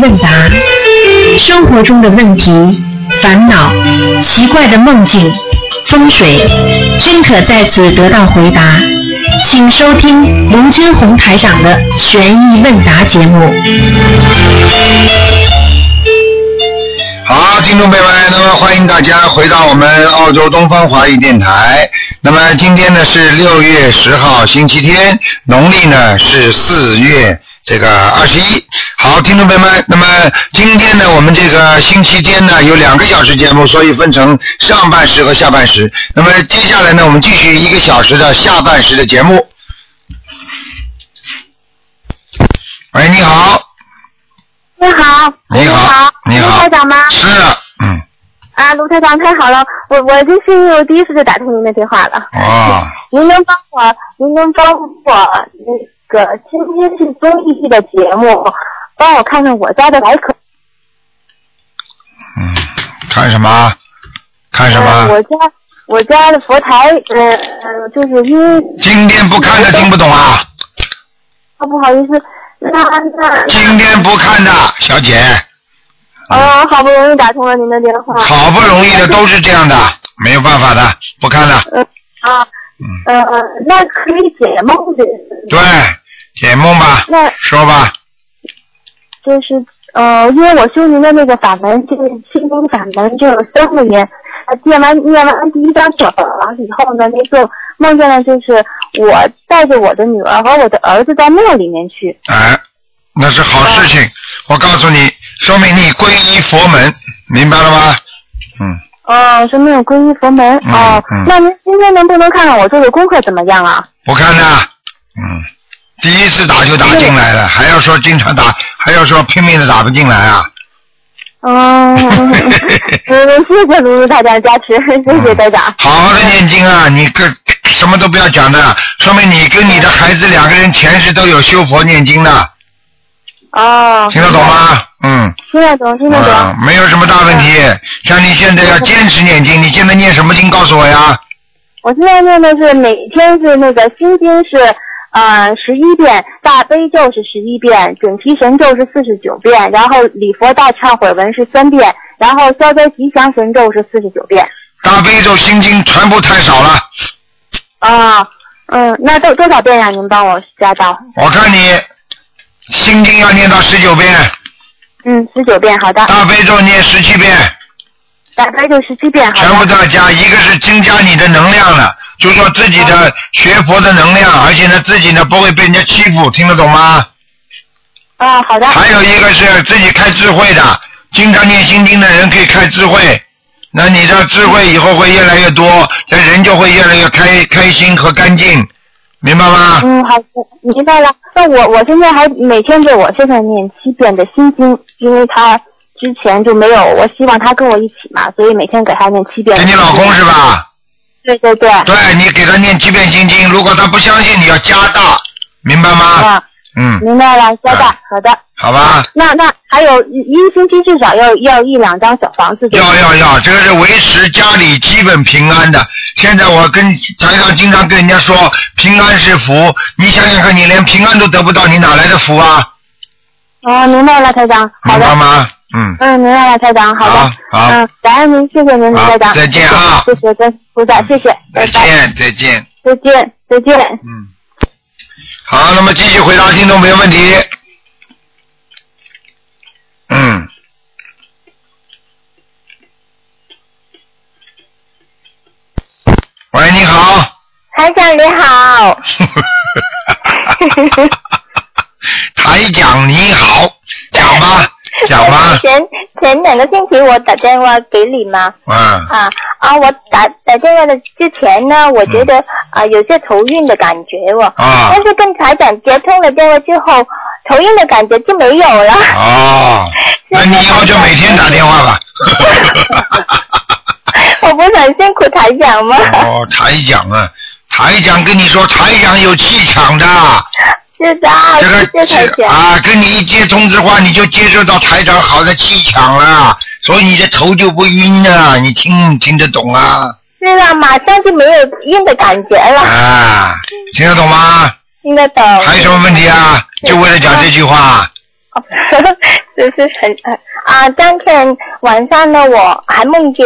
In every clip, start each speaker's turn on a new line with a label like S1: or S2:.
S1: 问答，生活中的问题、烦恼、奇怪的梦境、风水，均可在此得到回答。请收听卢军红台长的《悬疑问答》节目。
S2: 好，听众朋友们，那么欢迎大家回到我们澳洲东方华语电台。那么今天呢是六月十号，星期天，农历呢是四月这个二十一。好，听众朋友们，那么今天呢我们这个星期天呢有两个小时节目，所以分成上半时和下半时。那么接下来呢我们继续一个小时的下半时的节目。喂，你好。
S3: 你好，
S2: 你好，你
S3: 卢
S2: 好
S3: 台，长吗？
S2: 是，嗯，
S3: 啊，卢台长，太好了，我我这是我第一次就打通您的电话了。
S2: 哦，
S3: 您能帮我，您能帮我那个今天是综艺的节目，帮我看看我家的来客。
S2: 嗯，看什么？看什
S3: 呃
S2: 么？
S3: 我家我家的佛台，呃呃，就是因为
S2: 今天不看的听不懂啊，
S3: 不好意思，那那
S2: 今天不看的，小姐，
S3: 哦，好不容易打通了您的电话。
S2: 好不容易的都是这样的，没有办法的，不看了。
S3: 啊，呃，那可以解梦的，
S2: 对，解梦吧，
S3: 那
S2: 说吧，
S3: 就是呃，因为我修您的那个法门，就是心灵法门，就有三个年。呃念完念完第一张小本了以后呢，那就梦见了，就是我带着我的女儿和我的儿子到庙里面去。
S2: 哎，那是好事情。我告诉你，说明你皈依佛门，明白了吗？嗯，
S3: 哦，说没有皈依佛门。
S2: 嗯
S3: 哦，
S2: 嗯
S3: 那您今天能不能看看我做的功课怎么样啊？
S2: 不看的，嗯，第一次打就打进来了，还要说经常打，还要说拼命的打不进来啊？
S3: 嗯，嗯谢谢卢卢大家加持，谢
S2: 嗯
S3: 谢台长。
S2: 好好的念经啊，你跟什么都不要讲的，说明你跟你的孩子两个人前世都有修佛念经的，
S3: 哦，
S2: 听得懂？吗？嗯，
S3: 听得懂，听得懂。
S2: 啊，没有什么大问题。像你现在要坚持念经，你现在念什么经？告诉我呀。
S3: 我现在念的是每天是那个心经是呃十一遍，大悲咒是十一遍，准提神咒是四十九遍，然后礼佛大忏悔文是三遍，然后消灾吉祥神咒是四十九遍。
S2: 大悲咒、心经全部太少了，
S3: 啊、嗯，那多多少遍呀、您帮我加到。
S2: 我看你心经要念到十九遍，
S3: 嗯，十九遍，好的。
S2: 大悲咒念十七遍，
S3: 大悲咒十七遍，好
S2: 全部
S3: 的。
S2: 都要加，一个是增加你的能量了，就说自己的学佛的能量，而且呢自己呢不会被人家欺负，听得懂吗？
S3: 啊、好的。
S2: 还有一个是自己开智慧的，经常念心经的人可以开智慧，那你的智慧以后会越来越多，这人就会越来越开开心和干净，明白吗？
S3: 嗯，好，我明白了。那我我现在还每天给我现在念七遍的心经，因为他之前就没有，我希望他跟我一起嘛，所以每天给他念七遍。
S2: 给你老公是吧？
S3: 对对对。
S2: 对，啊你给他念七遍心经，如果他不相信，你要加大，明白吗？
S3: 啊，
S2: 嗯，
S3: 明白了，交代
S2: 啊，
S3: 好的。
S2: 好吧。
S3: 那那还有一一个星期至少要要一两张小房子。对吧
S2: 要要要，这个是维持家里基本平安的。现在我跟台上经常跟人家说，平安是福。你想想看，你连平安都得不到，你哪来的福啊？
S3: 哦，明白了，台长。好
S2: 明白
S3: 的。
S2: 吗？嗯，
S3: 嗯，明白了，台长。好的。
S2: 好好
S3: 嗯，感恩您，谢谢您，
S2: 好
S3: 台长。
S2: 再见啊
S3: 谢谢跟菩萨，谢谢。
S2: 再
S3: 拜拜。
S2: 见，再见。
S3: 再见，再见。
S2: 嗯，好，那么继续回答听众朋友问题。嗯。喂，你好。
S3: 台长你好。
S2: 台讲你好，讲吧，讲 吧，
S3: 前前两个星期我打电话给你嘛，
S2: 嗯，
S3: 啊啊，我打打电话的之前呢，我觉得啊、有些头晕的感觉哦，
S2: 嗯啊
S3: 但，是跟台长接通了电话之后，头晕的感觉就没有了。
S2: 哦，那你以后就每天打电话吧。
S3: 我不是很辛苦台长吗？
S2: 哦，台讲啊，台讲跟你说，台讲有气场的，
S3: 是的，啊
S2: 这个
S3: 谢谢台
S2: 是
S3: 长。
S2: 啊，跟你一接通知话，你就接受到台长好的气场了，所以你的头就不晕了，你听听得懂啊？
S3: 是啊，马上就没有晕的感觉
S2: 嗯
S3: 了，
S2: 啊，听得懂吗？
S3: 听得懂。
S2: 啊还有什么问题啊？就为了讲这句话，
S3: 就是很很啊。当天晚上呢，我还梦见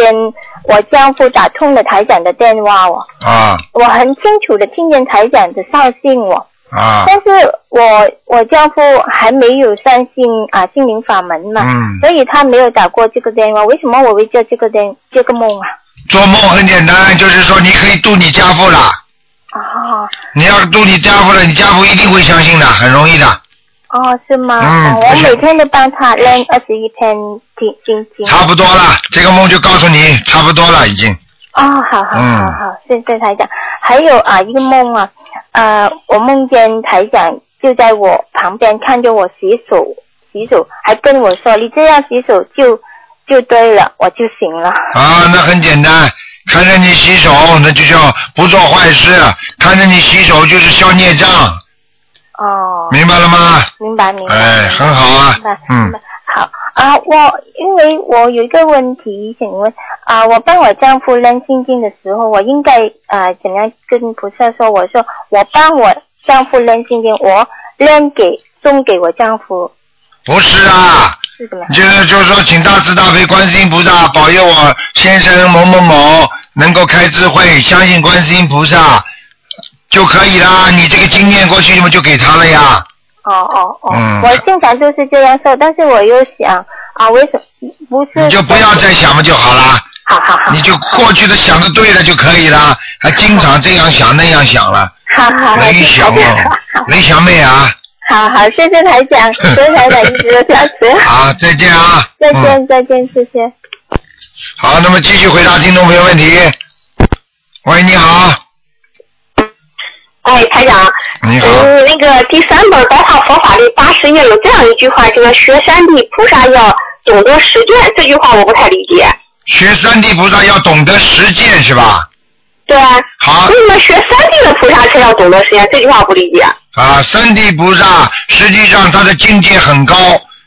S3: 我丈夫打通了台长的电话哦，
S2: 啊
S3: 我很清楚的听见台长的绍兴哦，
S2: 啊，
S3: 但是我我丈夫还没有上信啊心灵法门嘛，
S2: 嗯
S3: 所以他没有打过这个电话。为什么我会做这个电这个梦啊？
S2: 做梦很简单，就是说你可以度你家父了。
S3: 哦
S2: 你要度你家父了，你家父一定会相信的，很容易的，
S3: 哦，是吗？
S2: 嗯
S3: 哦
S2: 不
S3: 我
S2: 是
S3: 每天都帮他练二十一篇经经经。
S2: 差不多了。这个梦就告诉你，差不多了已经。
S3: 哦，好好
S2: 嗯
S3: 好好，谢谢台长。还有啊，一个梦啊，呃，我梦见台长就在我旁边看着我洗手，洗手还跟我说：“你这样洗手就就对了，我就行了。
S2: 啊，那很简单，看着你洗手，那就叫不做坏事；看着你洗手，就是消孽障，”
S3: 哦，
S2: 明白了吗？
S3: 明白明白。
S2: 哎，很好啊
S3: 哦明白，明
S2: 嗯
S3: 白，好啊，我因为我有一个问题想问啊，我帮我丈夫扔心经的时候，我应该啊怎样跟菩萨说？我说我帮我丈夫扔心经，我扔给送给我丈夫
S2: 不是啊，
S3: 是怎么样？
S2: 就是就是说，请大慈大悲观世音菩萨保佑我先生某某某能够开智慧，相信观世音菩萨就可以啦。你这个经念过去，你们就给他了呀。
S3: 哦哦哦，
S2: 嗯
S3: 我经常就是这样说，但是我又想啊，为什么不是？
S2: 你就不要再想了就好啦，
S3: 好好好，
S2: 你就过去的想的对了就可以啦，还经常这样想那样想了，
S3: 好好好，
S2: 雷
S3: 谢
S2: 想
S3: 谢
S2: 啊，雷想妹 啊，
S3: 好好，谢谢台 长，谢谢台长一直的支持，
S2: 好，再见啊，
S3: 再
S2: 嗯，
S3: 见再见，谢谢。
S2: 好，那么继续回答听众朋友问题。喂，你好，
S4: 哎，台长，
S2: 你好，
S4: 嗯，那个第三本《白话佛法》的八十页有这样一句话，就是“学三地菩萨要懂得实践”，这句话我不太理解。
S2: 学三地菩萨要懂得实践是吧？
S4: 对啊，
S2: 好
S3: 嗯
S4: 为什么学三地的菩萨才要懂得实践？这句话我不理解。
S2: 啊，三地菩萨实际上他的境界很高，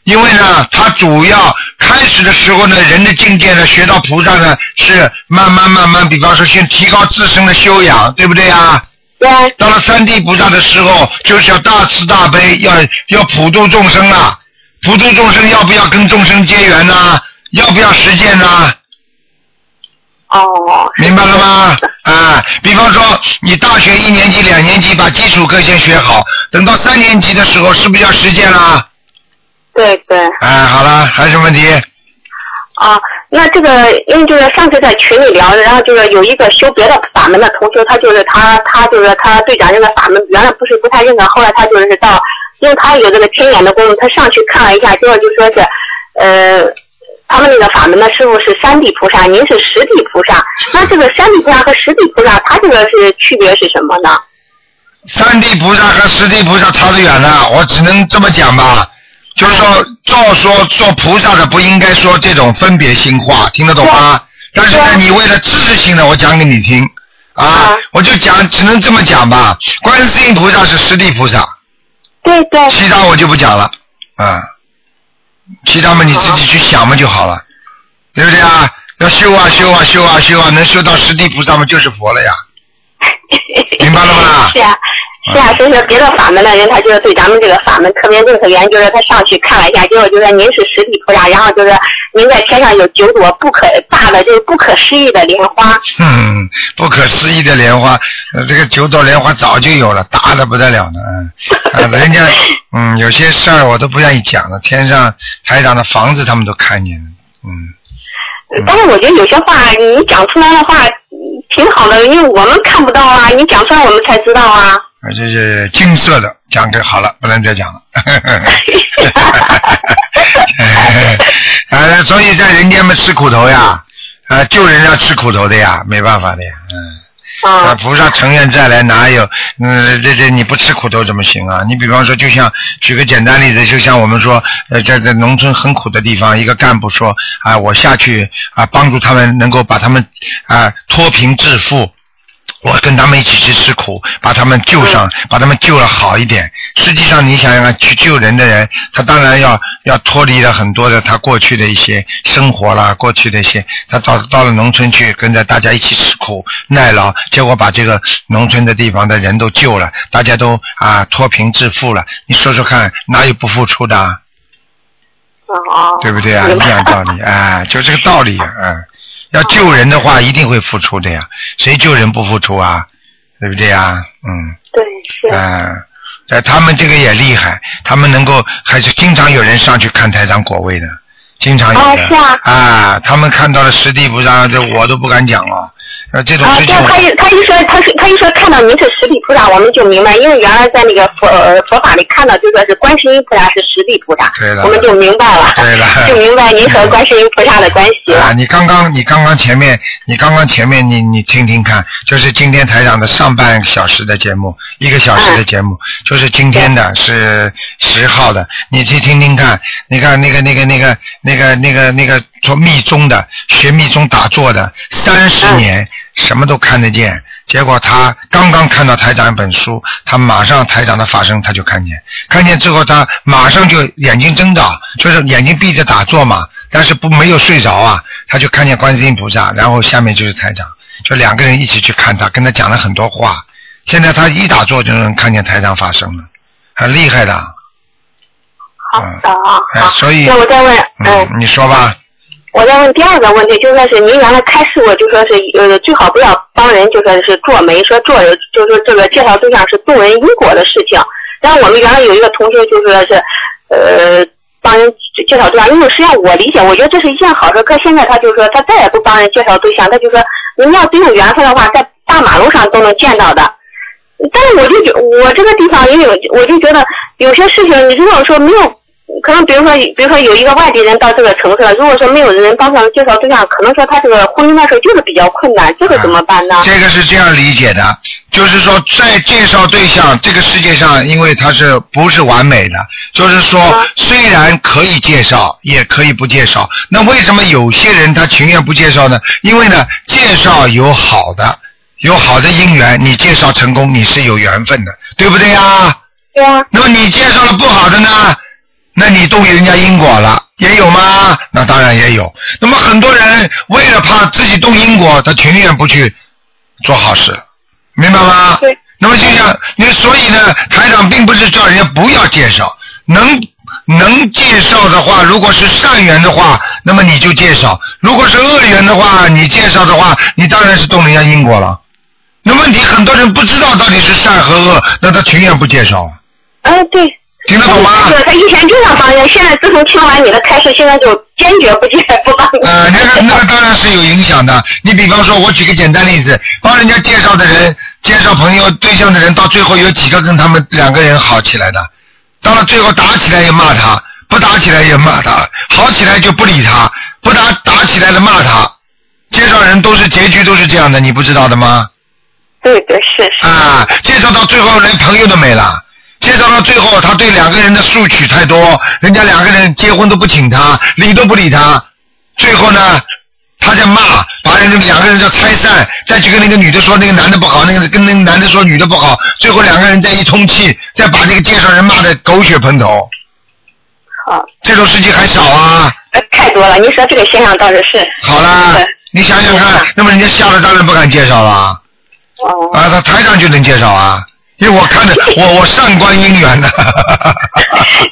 S2: 因为呢，他主要开始的时候呢，人的境界呢，学到菩萨呢，是慢慢慢慢，比方说先提高自身的修养，对不对啊？
S4: 对啊，
S2: 到了三地菩萨的时候，就是要大慈大悲，要要普度众生啊！普度众生要不要跟众生结缘呐、要不要实践呐、
S4: 哦，
S2: 明白了吗？啊，比方说你大学一年级、两年级把基础课先学好，等到三年级的时候是不是要实践啦？
S4: 对对
S2: 哎，好了，还有什么问题？
S4: 啊，那这个因为就是上次在群里聊的，然后就是有一个修别的法门的同学，他就是他他就是他对咱这个法门原来不是不太认可，后来他就是到，因为他有这个天眼的功夫，他上去看了一下，结果就说是，呃，他们那个法门的师傅是三地菩萨，您是十地菩萨，那这个三地菩萨和十地菩萨，他这个是区别是什么呢？
S2: 三地菩萨和十地菩萨差得远了，我只能这么讲吧。就是说，照说做菩萨的不应该说这种分别心话，听得懂吗？但是呢，你为了知识性的，我讲给你听啊
S4: 啊，
S2: 我就讲，只能这么讲吧。观世音菩萨是十地菩萨，
S4: 对对
S2: 其他我就不讲了，啊，其他嘛你自己去想嘛就好了，对不对啊？要修啊修啊修啊修啊，能修到十地菩萨嘛就是佛了呀，明白了吗
S4: 是？啊，是啊，所以说别的法门的人，他就是对咱们这个法门特别认可，原因就是他上去看了一下，结果就说您是实体菩萨，然后就是您在天上有九朵不可大的就是不可思议的莲花，
S2: 嗯，不可思议的莲花，呃这个九朵莲花早就有了，大的不得了呢。嗯，啊，人家，嗯，有些事儿我都不愿意讲了。天上台长的房子他们都看见了，嗯，
S4: 但是我觉得有些话你讲出来的话嗯挺好的，因为我们看不到啊，你讲出来我们才知道啊。
S2: 而且是金色的，讲给好了，不能再讲了。呃，所以在人间嘛吃苦头呀，啊，救人要吃苦头的呀，没办法的呀，嗯。啊，
S4: 啊，
S2: 菩萨成愿再来哪有？嗯，这这你不吃苦头怎么行啊？你比方说，就像举个简单例子，就像我们说，呃，在在农村很苦的地方，一个干部说啊，我下去啊，帮助他们能够把他们啊脱贫致富。我跟他们一起去吃苦，把他们救上，把他们救了好一点。实际上，你想想看，去救人的人，他当然要要脱离了很多的他过去的一些生活啦，过去的一些，他到到了农村去，跟着大家一起吃苦耐劳，结果把这个农村的地方的人都救了，大家都啊脱贫致富了。你说说看，哪有不付出的啊？
S4: 哦，
S2: 对不对啊？
S4: 明
S2: 一
S4: 白
S2: 样道理，哎，就这个道理，嗯，要救人的
S4: 哦
S2: 话，一定会付出的呀，谁救人不付出啊？对不对啊？嗯，
S4: 对，是，啊
S2: 嗯，哎，他们这个也厉害，他们能够还是经常有人上去看台长果位的，经常有
S4: 哦
S2: 的
S4: 是啊
S2: 啊，他们看到了十地菩萨，这我都不敢讲哦，那这种
S4: 啊，
S2: 事
S4: 对
S2: 情，
S4: 他一他一说，他是他一说看到您是十地菩萨，我们就明白，因为原来在那个佛呃佛法里看到就说是观世音菩萨是十地菩萨
S2: 对了，
S4: 我们就明白了，
S2: 对了
S4: 就明白您和观世音菩萨的关系
S2: 啊，
S4: 了。
S2: 你刚刚你刚刚前面，你刚刚前面你你听听看，就是今天台长的上半小时的节目，一个小时的节目，就是今天的是十号的，你去听听看，你看那个那个那个那个那个那个做密宗的，学密宗打坐的，三十
S4: 嗯
S2: 年、什么都看得见，结果他刚刚看到台长一本书，他马上台长的法身他就看见，看见之后他马上就眼睛睁着，就是眼睛闭着打坐嘛，但是不没有睡着啊，他就看见观世音菩萨，然后下面就是台长，就两个人一起去看他，跟他讲了很多话。现在他一打坐就能看见台长发生了，很厉害的。
S4: 好的啊，
S2: 哎
S4: 好，
S2: 所以
S4: 那我再问，嗯，
S2: 嗯，你说吧，
S4: 我再问第二个问题，就说是您原来开示过，就说是呃，最好不要帮人，就说是做媒，说做人，就说这个介绍对象是渡人因果的事情。然后我们原来有一个同学就说是呃，帮人介绍对象，因为实际上我理解，我觉得这是一件好事。可现在他就说他再也不帮人介绍对象，他就说您要真有缘分的话，在大马路上都能见到的。但是我就觉我这个地方也有，我就觉得有些事情，你如果说没有，可能比如说比如说有一个外地人到这个城市了，如果说没有人帮他介绍对象，可能说他这个婚姻的事儿就是比较困难，这个怎么办呢？
S2: 这个是这样理解的，就是说在介绍对象，这个世界上因为它是不是完美的，就是说
S4: 啊
S2: 虽然可以介绍，也可以不介绍。那为什么有些人他情愿不介绍呢？因为呢，介绍有好的，有好的姻缘，你介绍成功，你是有缘分的，对不对呀、
S4: 对啊，
S2: 那么你介绍了不好的呢？那你动人家因果了，也有吗？那当然也有。那么很多人为了怕自己动因果，他情愿不去做好事，明白吗？
S4: 对。
S2: 那么就像你，所以呢，台长并不是叫人家不要介绍，能能介绍的话，如果是善缘的话，那么你就介绍；如果是恶缘的话，你介绍的话，你当然是动人家因果了。那问题很多人不知道到底是善和恶，那他情愿不介绍。
S4: 哎、对，
S2: 听得懂吗？
S4: 对，他以前经常帮人，现在自从听完你的开示，现在就坚决不接不帮你。
S2: 呃，那个那个当然是有影响的。你比方说，我举个简单例子，帮人家介绍的人、介绍朋友对象的人，到最后有几个跟他们两个人好起来的？到了最后打起来也骂他，不打起来也骂他，好起来就不理他，不打打起来了骂他。介绍人都是结局都是这样的，你不知道的吗？
S4: 对对是是，
S2: 啊，介绍到最后连朋友都没了。介绍到最后，他对两个人的诉取太多，人家两个人结婚都不请他，理都不理他。最后呢，他在骂，把人家两个人就拆散，再去跟那个女的说那个男的不好，那个跟那个男的说女的不好，最后两个人再一通气，再把那个介绍人骂的狗血喷头。
S4: 好，
S2: 这种事情还少啊？
S4: 啊呃太多了。您说这个现象倒是是，
S2: 好啦
S4: 对，
S2: 你想想看，那么人家吓得当然不敢介绍了。
S4: 哦，
S2: 啊，他台长就能介绍啊，因为我看着我我上观姻缘的。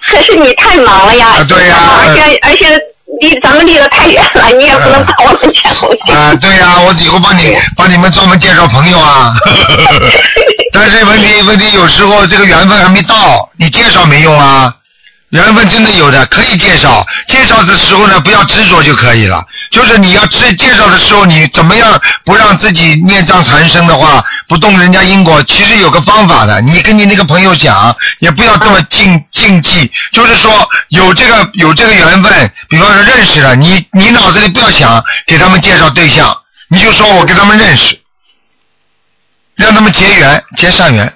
S4: 可是你太忙了呀，
S2: 啊对呀
S4: 啊而且而且离咱们离得太远了，你也不能把我们全部去。
S2: 呃啊，对呀、我以后帮你帮你们专门介绍朋友啊。 但是问题问题有时候这个缘分还没到，你介绍没用啊。缘分真的有的，可以介绍。介绍的时候呢，不要执着就可以了。就是你要介介绍的时候，你怎么样不让自己孽障缠身的话，不动人家因果，其实有个方法的。你跟你那个朋友讲，也不要这么禁禁忌，就是说有这个有这个缘分，比方说认识了，你你脑子里不要想给他们介绍对象，你就说我跟他们认识，让他们结缘结善缘，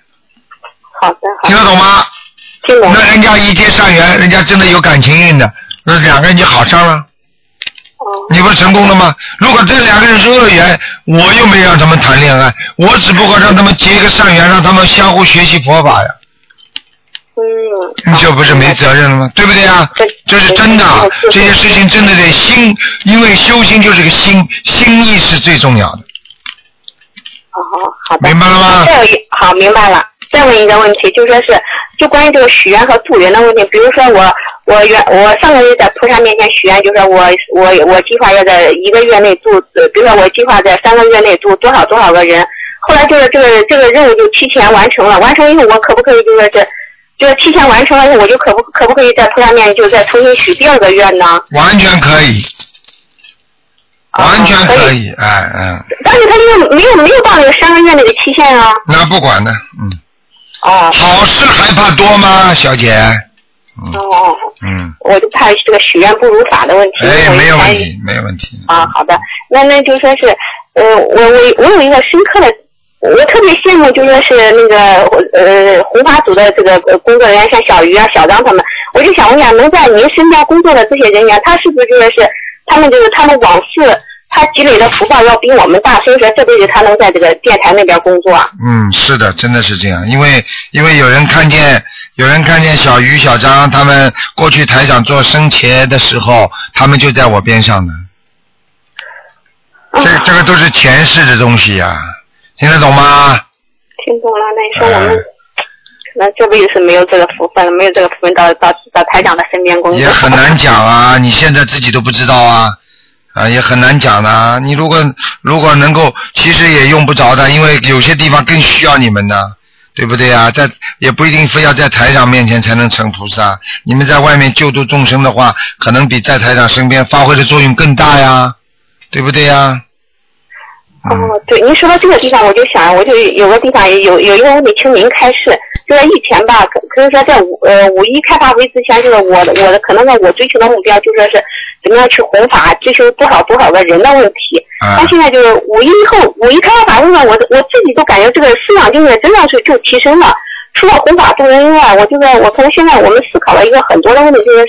S4: 好的，好
S2: 听
S4: 的，
S2: 得懂吗？
S4: 听懂了
S2: 那。人家一结善缘，人家真的有感情运的，那两个人就好上了。
S4: 哦
S2: 你不是成功了吗？如果这两个人是恶缘，我又没让他们谈恋爱，我只不过让他们结一个善缘，让他们相互学习佛法呀，
S4: 嗯，
S2: 你
S4: 好
S2: 这不是没责任了吗？对不对呀
S4: 对？
S2: 这是真的啊
S4: 对，对
S2: 这些事情真的得心，因为修心就是个心，心意是最重要的，
S4: 好好好的，
S2: 明白了吗？
S4: 嗯这有一好明白了。再问一个问题，就说是就关于这个许愿和助缘的问题，比如说我我原我上个月在菩萨面前许愿，就是我我我计划要在一个月内度，呃比如说我计划在三个月内度多少多少个人，后来就是这个这个任务就提前完成了，完成以后我可不可以就说是就是提前完成了以后，我就可不可不可以在菩萨面前就再重新许第二个愿呢？
S2: 完全可以，
S4: 啊
S2: 完全可以，哎嗯，
S4: 哦但是他这个没有没有到那个三个月那个期限啊。
S2: 那不管了，嗯，
S4: 哦
S2: 好事还怕多吗，小姐？
S4: 哦，
S2: 嗯，
S4: 我就怕这个许愿不如法的问题。
S2: 哎，
S4: 我一
S2: 没有
S4: 开
S2: 问
S4: 始
S2: 题，没有问题。
S4: 啊，好的，那那就说是，呃，我我我有一个深刻的，我特别羡慕，就说是那个呃红发组的这个呃工作人员，像小鱼啊、小张他们，我就想问一下，能在您身边工作的这些人员，他是不是就说是他们就是他们往事，他积累的福报要比我们大，所以说这辈子他能在这个电台那边工作啊？
S2: 嗯，是的，真的是这样，因为因为有人看见，有人看见小鱼、小张他们过去台长做生前的时候，他们就在我边上呢。这
S4: 哦嗯
S2: 这个都是前世的东西呀、听得懂吗？
S4: 听懂了，那你说我们
S2: 嗯
S4: 可能这辈子是没有这个福分了，没有这个福分到到到台长的身边工 作，
S2: 也很难讲啊，你现在自己都不知道啊，啊，也很难讲的、啊。你如果如果能够，其实也用不着的，因为有些地方更需要你们呢，对不对啊？在也不一定非要在台长面前才能成菩萨，你们在外面救度众生的话，可能比在台长身边发挥的作用更大呀，对不对啊呀？
S4: 哦，对，您说到这个地方，我就想，我就有个地方有有一个问题，请您开示。就在以前吧，可可以说在五呃五一开发会之前，就是我的我的可能呢，我追求的目标就说是怎么样去弘法，追求多少多少个人的问题。
S2: 啊
S4: 但现在就是五一以后，五一开发法会呢，我的我自己都感觉这个思想境界真的是就提升了。除了弘法度人以外，我就是我从现在我们思考了一个很多的问题，就是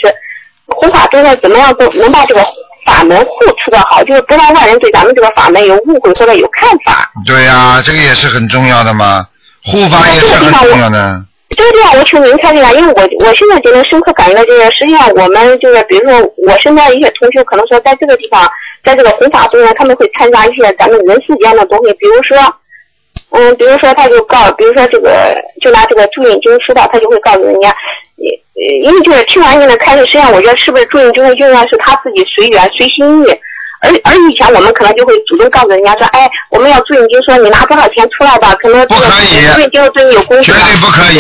S4: 弘法度人怎么样都能把这个法门护持的好，就是不让外人对咱们这个法门有误会或者有看法。
S2: 对呀、这个也是很重要的嘛，护法也是很重要的。
S4: 这个地方我请您看一下，因为我我现在就能深刻感觉到，就是实际上我们就是比如说我身边一些同学，可能说在这个地方，在这个弘法度人，他们会参加一些咱们人世间的东西，比如说。嗯，比如说他就告，比如说这个，就拿这个注印经说到，他就会告诉人家，也呃因为就是听完您的开示，实际上我觉得是不是注印经的应用是他自己随缘随心意，而而以前我们可能就会主动告诉人家说，哎，我们要注印经，说你拿多少钱出来吧，可能这个
S2: 不可以
S4: 注印经对你有功德
S2: 绝
S4: 的，
S2: 对不可以，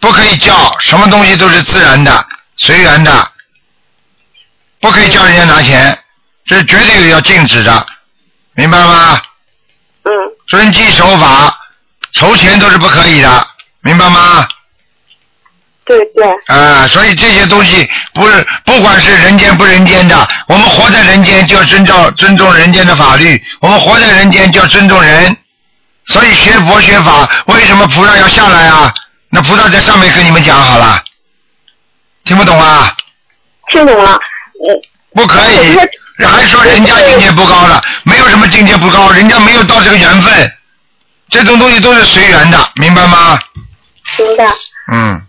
S2: 不可以叫，什么东西都是自然的、随缘的，不可以叫人家拿钱，这绝对要禁止的，明白吗？
S4: 嗯，
S2: 遵纪守法，筹钱都是不可以的，明白吗？
S4: 对对，
S2: 啊、所以这些东西不是不管是人间不人间的，我们活在人间就要遵照尊重人间的法律，我们活在人间就要尊重人。所以学佛学法，为什么菩萨要下来啊？那菩萨在上面跟你们讲好了，听不懂啊？
S4: 听懂了，嗯，
S2: 不可以
S4: 我觉，
S2: 还说人家境界不高了，没有什么境界不高，人家没有到这个缘分，这种东西都是随缘的，明白吗？
S4: 明白。
S2: 嗯。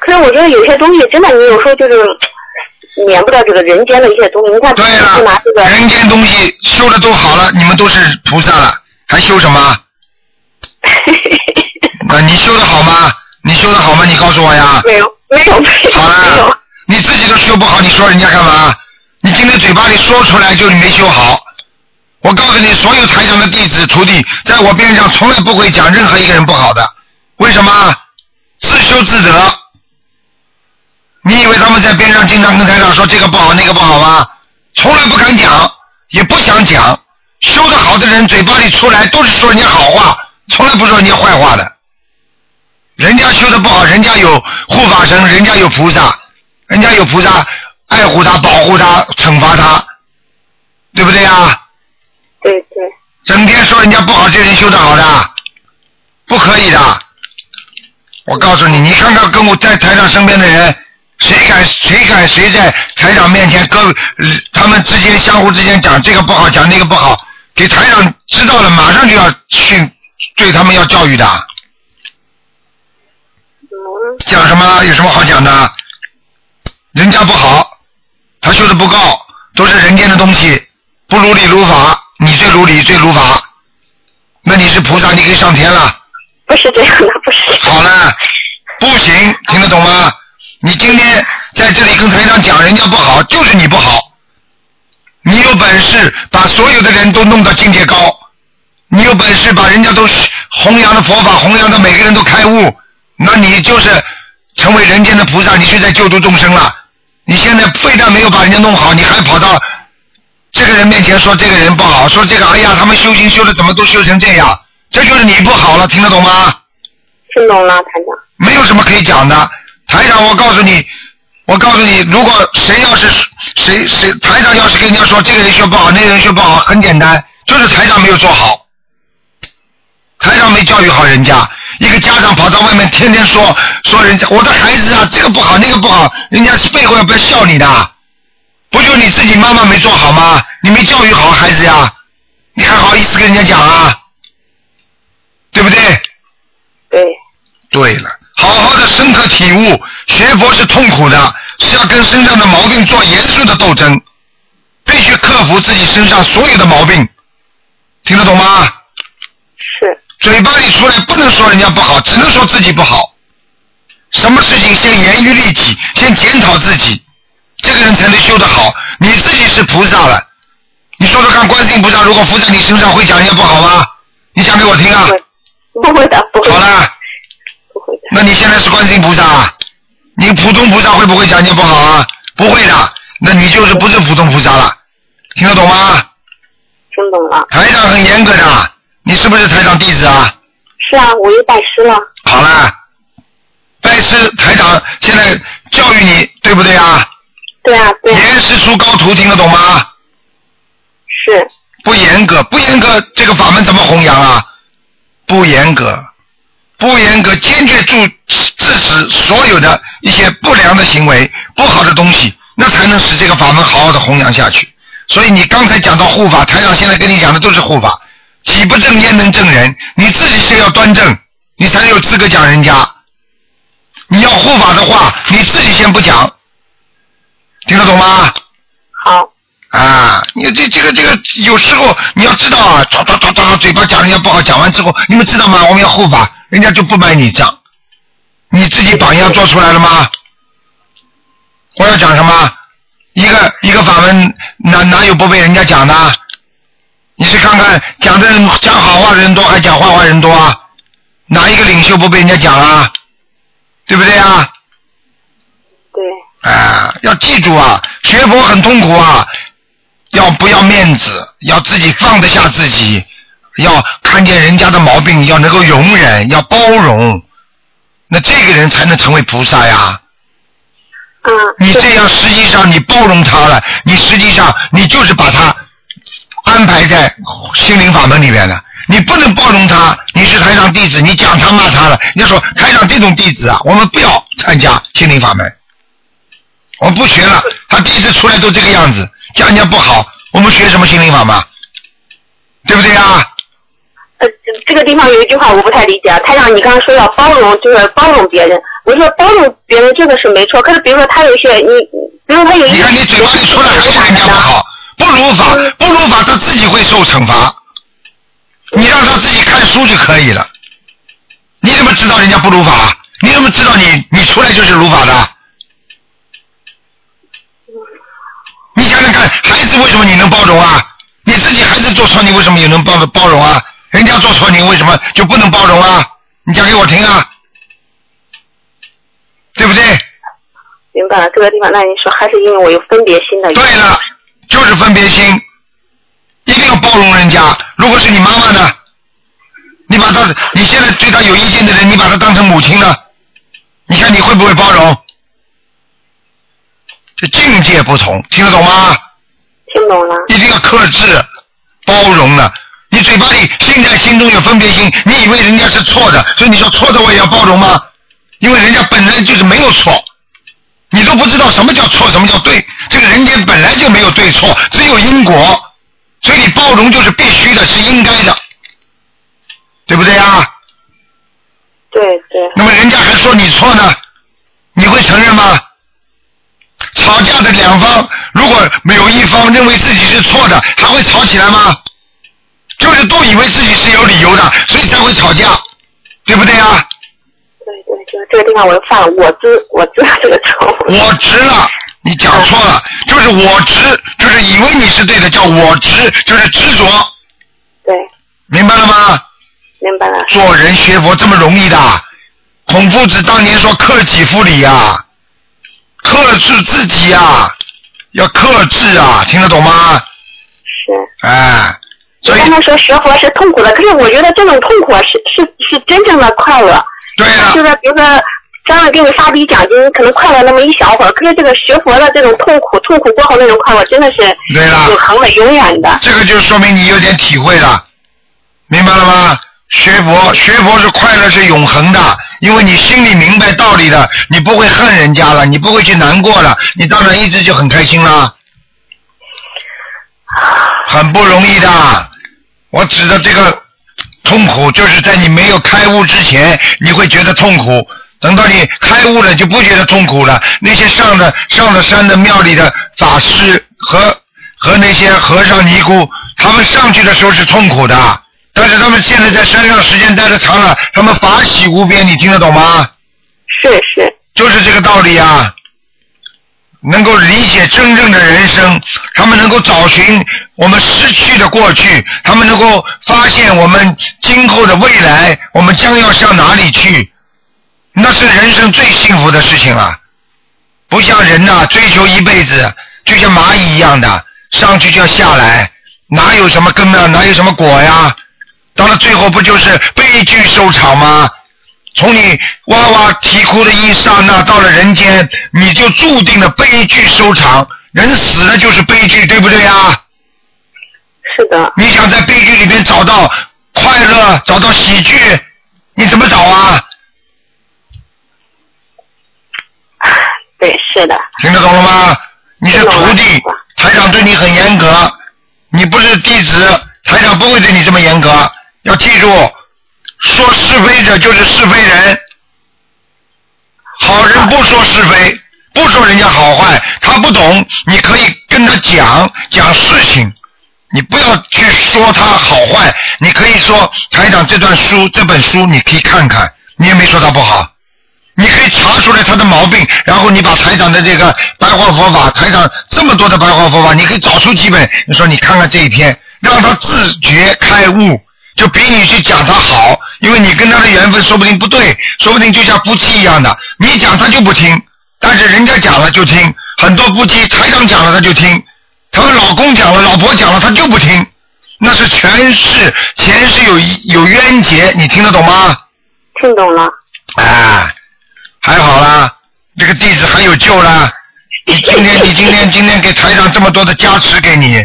S4: 可是我觉得有些东西真的，你有时候就是嗯免不了这个人间的一些东西。你看，
S2: 对哎
S4: 就拿
S2: 了
S4: 这个，，
S2: 人间东西修的都好了，你们都是菩萨了，还修什么？那你修的好吗？你修的好吗？你告诉我呀。
S4: 没有，没有，没有，
S2: 好
S4: 没有
S2: 了，，你自己都修不好，你说人家干嘛？你今天嘴巴里说出来就是没修好。我告诉你，所有台上的弟子徒弟，在我边上从来不会讲任何一个人不好的。为什么？自修自得。你以为他们在边上经常跟台长说这个不好那个不好吗？从来不敢讲，也不想讲。修得好的人嘴巴里出来都是说人家好话，从来不说人家坏话的。人家修的不好，人家有护法神，人家有菩萨，人家有菩萨爱护他、保护他、惩罚他，对不对呀？
S4: 对对，
S2: 整天说人家不好，这人修的好的，不可以的。我告诉你，你看看跟我在台长身边的人，谁敢谁敢谁在台长面前跟他们之间相互之间讲这个不好，讲那个不好，给台长知道了，马上就要去对他们要教育的。
S4: 嗯，
S2: 讲什么？有什么好讲的？人家不好，他修的不够，都是人间的东西，不如理如法。你最如理，最如法，那你是菩萨，你可以上天了。
S4: 不是这样的，不是这样
S2: 好了，不行，听得懂吗？你今天在这里跟台长讲人家不好，就是你不好。你有本事把所有的人都弄到境界高，你有本事把人家都是弘扬的佛法，弘扬的每个人都开悟，那你就是成为人间的菩萨，你就在救度众生了。你现在非但没有把人家弄好，你还跑到这个人面前说这个人不好，说这个哎呀，他们修行修的怎么都修成这样，这就是你不好了，听得懂吗？
S4: 听懂了，台长。
S2: 没有什么可以讲的。台长，我告诉你，我告诉你，如果谁要是谁谁台长要是跟人家说这个人学不好，那个人学不好，很简单，就是台长没有做好，台长没教育好人家。一个家长跑到外面天天说说人家我的孩子啊，这个不好那个不好，人家是背后要不要笑你的？不就你自己妈妈没做好吗？你没教育好孩子呀，你还好意思跟人家讲啊？对不对？
S4: 对，
S2: 对了，好好的深刻体悟，学佛是痛苦的，是要跟身上的毛病做严肃的斗争，必须克服自己身上所有的毛病，听得懂吗？
S4: 是
S2: 嘴巴里出来不能说人家不好，只能说自己不好。什么事情先严于律己，先检讨自己，这个人才能修得好。你自己是菩萨了，你说说看，观世音菩萨如果附在你身上，会讲人家不好吗？你讲给我听啊！
S4: 会不会的，不会
S2: 好
S4: 的，
S2: 了。
S4: 不会的，
S2: 那你现在是观世音菩萨，啊？你普通菩萨会不会讲你不好啊？不会的，那你就是不是普通菩萨了，听得懂吗？
S4: 听懂了。
S2: 台长很严格的，你是不是台长弟子啊？
S4: 是啊，我又拜师了。
S2: 好了，拜师台长现在教育你对不对啊？
S4: 对啊，对啊，
S2: 严师出高徒，听得懂吗？
S4: 是
S2: 不严格，不严格，这个法门怎么弘扬啊？不严格，不严格，坚决住制止所有的一些不良的行为、不好的东西，那才能使这个法门好好的弘扬下去。所以你刚才讲到护法，台长现在跟你讲的都是护法，己不正焉能正人？你自己先要端正，你才有资格讲人家。你要护法的话，你自己先不讲，听得懂吗？
S4: 好，
S2: 啊，你这这个这个，有时候你要知道啊，抓抓抓抓，嘴巴讲人家不好，讲完之后，你们知道吗？我们要护法，人家就不买你账。你自己榜样做出来了吗？我要讲什么？一个一个法门哪哪有不被人家讲的？你去看看，讲的人讲好话的人多，还讲坏话人多啊？哪一个领袖不被人家讲啊？对不对啊？
S4: 对，
S2: 啊，要记住啊，学佛很痛苦啊，要不要面子，要自己放得下自己，要看见人家的毛病，要能够容忍，要包容，那这个人才能成为菩萨呀。
S4: 嗯，
S2: 你
S4: 是
S2: 这样实际上你包容他了，你实际上你就是把他安排在心灵法门里面了。你不能包容他，你是台长弟子，你讲他骂他了，人家说台长这种弟子啊，我们不要参加心灵法门，我们不学了。他弟子出来都这个样子，讲人家不好，我们学什么心灵法门啊？对不对啊？
S4: 呃，这个地方有一句话我不太理解，啊，他让你刚刚说要包容，就是包容别人。我说包容别人这个是没错，可是比如说他有一些你，比如说他有一些，
S2: 你看你嘴巴里出来还是人家不好，不如法，
S4: 嗯
S2: 不如法，他自己会受惩罚。你让他自己看书就可以了。你怎么知道人家不如法？你怎么知道你你出来就是如法的？你想想看，孩子为什么你能包容啊？你自己孩子做错，你为什么也能包包容啊？人家做错，你为什么就不能包容啊？你讲给我听啊，对不对？
S4: 明白了，这个地方那你说还是因为我有分别心的原因。
S2: 对了，就是分别心，一定要包容人家。如果是你妈妈呢，你把她，你现在对她有意见的人，你把她当成母亲了，你看你会不会包容？这境界不同，听得懂吗？
S4: 听懂了，
S2: 一定要克制、包容了。你嘴巴里现在心中有分别心，你以为人家是错的，所以你说错的我也要包容吗？因为人家本来就是没有错，你都不知道什么叫错，什么叫对。这个人间本来就没有对错，只有因果，所以你包容就是必须的，是应该的，对不对啊？
S4: 对对，
S2: 那么人家还说你错呢，你会承认吗？吵架的两方如果没有一方认为自己是错的，还会吵起来吗？就是都以为自己是有理由的，所以才会吵架，对不对啊？
S4: 对对，就是这个地方我就犯了，我知我知道这个错误。
S2: 我执了，你讲错了，就是我执，就是以为你是对的，叫我执，就是执着，
S4: 对，
S2: 明白了吗？
S4: 明白了。
S2: 做人学佛这么容易的？孔夫子当年说克己复礼呀、克制自己呀、要克制啊，听得懂吗？
S4: 是。
S2: 哎，所以
S4: 刚才说学佛是痛苦的，可是我觉得这种痛苦啊是是是真正的快乐。
S2: 对了
S4: 就，是比如说，张了给你发笔奖金，可能快乐那么一小会儿，可是这个学佛的这种痛苦，痛苦过后那种快乐，真的是
S2: 对了
S4: 永恒的、永远的。
S2: 这个就说明你有点体会了，明白了吗？学佛，学佛是快乐，是永恒的，因为你心里明白道理了，你不会恨人家了，你不会去难过了，你当然一直就很开心啦。很不容易的，我指的这个痛苦，就是在你没有开悟之前，你会觉得痛苦。等到你开悟了，就不觉得痛苦了。那些上的上了山的庙里的法师和和那些和尚尼姑，他们上去的时候是痛苦的，但是他们现在在山上时间待的长了，他们法喜无边，你听得懂吗？
S4: 是是，
S2: 就是这个道理啊。能够理解真正的人生，他们能够找寻我们失去的过去，他们能够发现我们今后的未来，我们将要向哪里去，那是人生最幸福的事情了、不像人呐、追求一辈子，就像蚂蚁一样的，上去就要下来，哪有什么根啊，哪有什么果呀、到了最后不就是悲剧收场吗？从你哇哇啼哭的一刹那到了人间，你就注定了悲剧收场。人死了就是悲剧，对不对啊？
S4: 是的，
S2: 你想在悲剧里面找到快乐，找到喜剧，你怎么找啊？
S4: 对，是的，
S2: 听得懂了吗？你是徒弟
S4: 听懂了，
S2: 台长对你很严格，你不是弟子，台长不会对你这么严格。要记住，说是非者就是是非人，好人不说是非，不说人家好坏，他不懂，你可以跟他讲讲事情，你不要去说他好坏，你可以说台长这段书这本书你可以看看，你也没说他不好。你可以查出来他的毛病，然后你把台长的这个白话佛法，台长这么多的白话佛法，你可以找出几本，你说你看看这一篇，让他自觉开悟，就比你去讲他好，因为你跟他的缘分说不定不对，说不定就像夫妻一样的，你讲他就不听，但是人家讲了就听，很多夫妻台长讲了他就听，他们老公讲了，老婆讲了他就不听，那是前世前世有一有冤结，你听得懂吗？
S4: 听懂了。
S2: 啊，还好啦，这个弟子还有救啦。你今 天，你今天，今天给台长这么多的加持给你，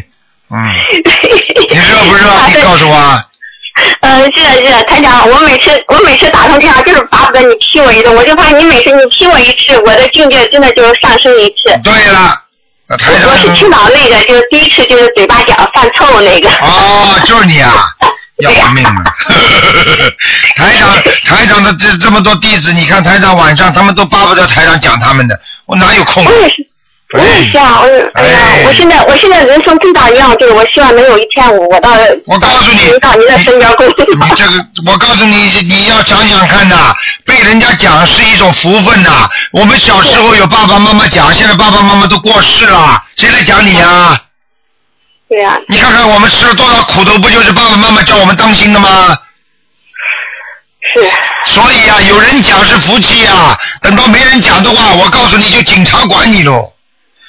S2: 嗯，你热不热？你告诉我啊，
S4: 嗯，是的，是的，台长，我每次我每次打通电话就是巴不得你踢我一顿，我就怕你每次你踢我一次，我的境界真的就上升一次。
S2: 对了，那台长
S4: 我是听到那个，就是第一次就是嘴巴讲犯臭那个。
S2: 哦，就是你啊，要我命了！ 台长，台长的这这么多弟子，你看台长晚上他们都巴不得台长讲他们的，我哪有空啊
S4: 我？也是，我也是啊，我也哎呀，我现在我现在人生最大愿望就是，我希望能有一天我我到
S2: 我告诉你
S4: 能到您的身边工作。
S2: 你啊这个，我告诉你，你要想想看呐、被人家讲是一种福分呐、我们小时候有爸爸妈妈讲，现在爸爸妈妈都过世了，谁来讲你呀、
S4: 对啊呀、
S2: 你看看我们吃了多少苦头，不就是爸爸妈妈叫我们当心的吗？
S4: 是
S2: 所以啊，有人讲是福气啊，等到没人讲的话，我告诉你就警察管你喽，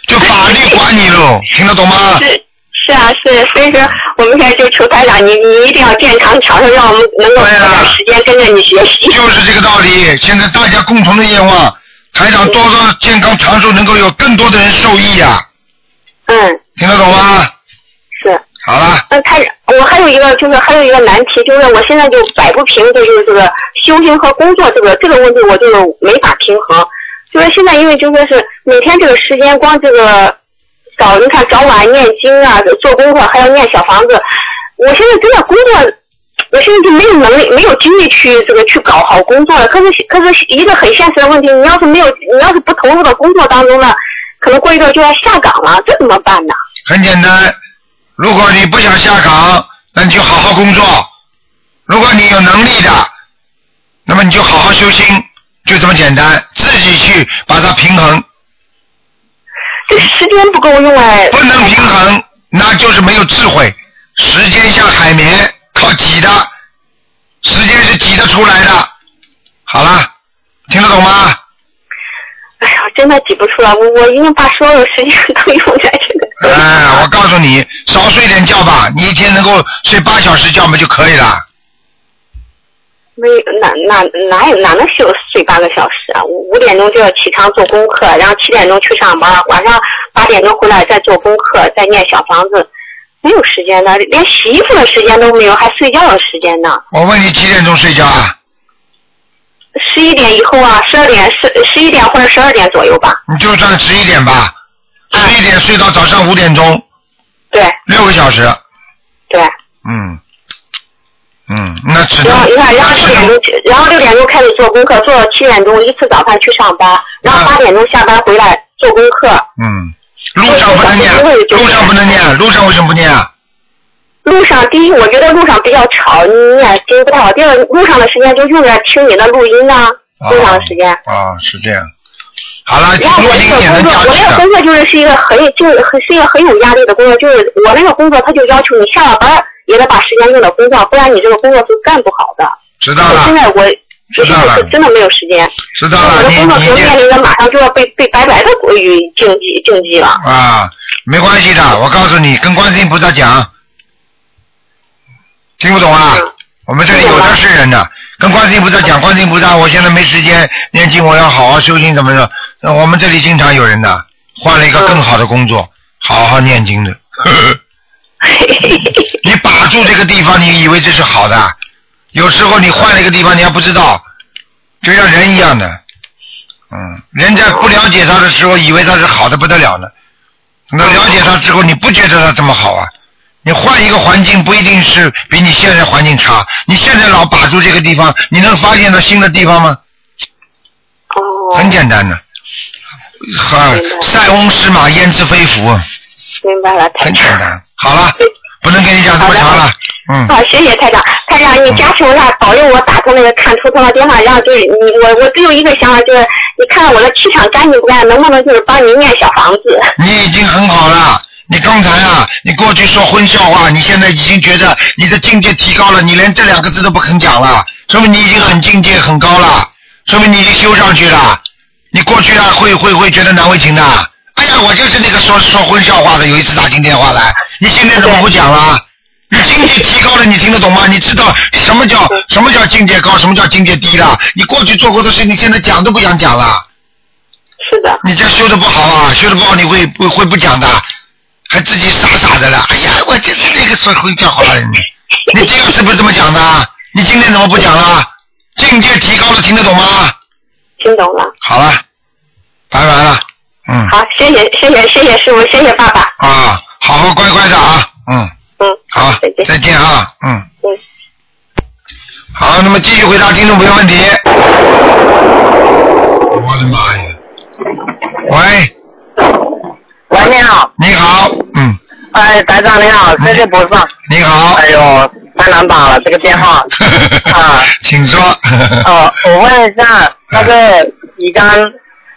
S2: 就法律管你喽，听得懂吗？
S4: 是是啊是，所以说我们现在就求台长，你你一定要健康长寿，让我们能够有
S2: 对啊
S4: 点时间跟着你学习。
S2: 就是这个道理。现在大家共同的愿望，台长多多健康长寿，能够有更多的人受益呀、
S4: 嗯，
S2: 听得懂吗？
S4: 是。
S2: 好了，
S4: 嗯，台长，我还有一个就是还有一个难题，就是我现在就摆不平，这就是这个修行和工作这个这个问题，我就是没法平衡。就是现在因为就说是每天这个时间，光这个早你看早晚念经啊，做功课，还要念小房子。我现在真的工作，我现在就没有能力，没有精力去这个去搞好工作了。可是可是一个很现实的问题，你要是没有，你要是不投入到工作当中呢，可能过一段就要下岗了，这怎么办呢？
S2: 很简单。如果你不想下岗，那你就好好工作；如果你有能力的，那你就好好修心，就这么简单，自己去把它平衡。
S4: 这时间不够用哎。
S2: 不能平衡，那就是没有智慧。时间像海绵，靠挤的，时间是挤得出来的。好了，听得懂吗？
S4: 哎呀，真的挤不出来，我我一定把所有时间 都用在这个。
S2: 哎，我告诉你，少睡点觉吧，你一天能够睡八小时觉嘛就可以了。
S4: 没哪哪哪有哪能休睡八个小时啊？五五点钟就要起床做功课，然后七点钟去上班，晚上八点钟回来再做功课，再念小房子，没有时间的，连洗衣服的时间都没有，还睡觉的时间呢？
S2: 我问你几点钟睡觉啊？
S4: 十一点以后啊，十二点十十一点或者十二点左右吧。
S2: 你就算十一点吧，十
S4: 哎
S2: 一点睡到早上五点钟，
S4: 对
S2: 六个小时。
S4: 对，
S2: 嗯，嗯，那只能
S4: 然后你看，然后
S2: 那只
S4: 六点
S2: 能
S4: 钟，然后六点钟开始做功课，做到七点钟一吃早饭去上班，然后八点钟下班回来做功课。
S2: 嗯，路上不能念，啊路上不能念，路上为什么不念啊？
S4: 路上第一，我觉得路上比较吵，你也听不太好。第二，路上的时间就用来听你的录音啊，
S2: 啊
S4: 路上的时间。
S2: 啊，是这样。好了，
S4: 然后
S2: 录
S4: 我
S2: 音
S4: 这
S2: 也
S4: 个
S2: 能
S4: 工
S2: 加
S4: 作，
S2: 持
S4: 我那个
S2: 的
S4: 工作就是是一个很就是很是一个很有压力的工作，就是我那个工作，他就要求你下了班儿也得把时间用到工作，不然你这个工作是干不好的。
S2: 知道
S4: 我现
S2: 了，
S4: 在我
S2: 知道了
S4: 是真的没有时间，
S2: 知道
S4: 我
S2: 了，
S4: 的
S2: 你
S4: 工作
S2: 你
S4: 就面
S2: 这
S4: 临着马上就要被被白白的归于竞技竞技了。
S2: 啊，没关系的，我告诉你，跟观世音菩萨讲，听不懂啊？
S4: 嗯
S2: 我们这里有的是人的，跟观世音菩萨讲，观世音菩萨，我现在没时间念经，我要好好修行，怎么着？呃我们这里经常有人的，换了一个更好的工作，好好念经的。呵呵你把住这个地方，你以为这是好的？啊有时候你换了一个地方，你还不知道，就像人一样的，嗯，人在不了解他的时候，以为他是好的不得了呢。那了解他之后，你不觉得他这么好啊？你换一个环境，不一定是比你现在环境差。你现在老把住这个地方，你能发现到新的地方吗？
S4: 哦，
S2: 很简单的，很
S4: 明白
S2: 塞翁失马，焉知非福，
S4: 明白了，太
S2: 很简单。好了，不能跟你讲这么长了，嗯。
S4: 好，啊谢谢台长，台长你加持我一下，保佑我打通那个看图腾的电话，然后就是你我我只有一个想法，就是你看看我的气场干净不干净，能不能就是帮你念小房子？
S2: 你已经很好了。你刚才啊，你过去说荤笑话，你现在已经觉得你的境界提高了，你连这两个字都不肯讲了，说明你已经很境界很高了，说明你已经修上去了。你过去啊，会会会觉得难为情的。哎呀，我就是那个说说荤笑话的，有一次打进电话来，你现在怎么不讲了？你境界提高了，你听得懂吗？你知道什么叫什么叫境界高，什么叫境界低了？你过去做过的事情，现在讲都不想讲了。
S4: 是的，
S2: 你这修的不好啊，修的不好你会会会不讲的，还自己傻傻的了。哎呀，我就是那个说会讲话的人，你这个是不是这么讲的啊？你今天怎么不讲了？境界提高了，听得懂吗？
S4: 听懂了。
S2: 好了，拜拜了，嗯
S4: 好，谢谢谢谢谢谢师傅，谢谢爸爸，
S2: 啊，好好乖乖的啊，嗯，
S4: 嗯，
S2: 好
S4: 再，见，
S2: 再见啊，嗯，
S4: 嗯。
S2: 好，那么继续回答听众朋友问题。我的妈呀！喂，
S5: 喂，你好，
S2: 你好，嗯，
S5: 哎，台长你好，谢谢菩萨。
S2: 你好。。
S5: 哎呦，太难打了这个电话 啊，
S2: 请说。
S5: 哦，我问一下，那个乙肝，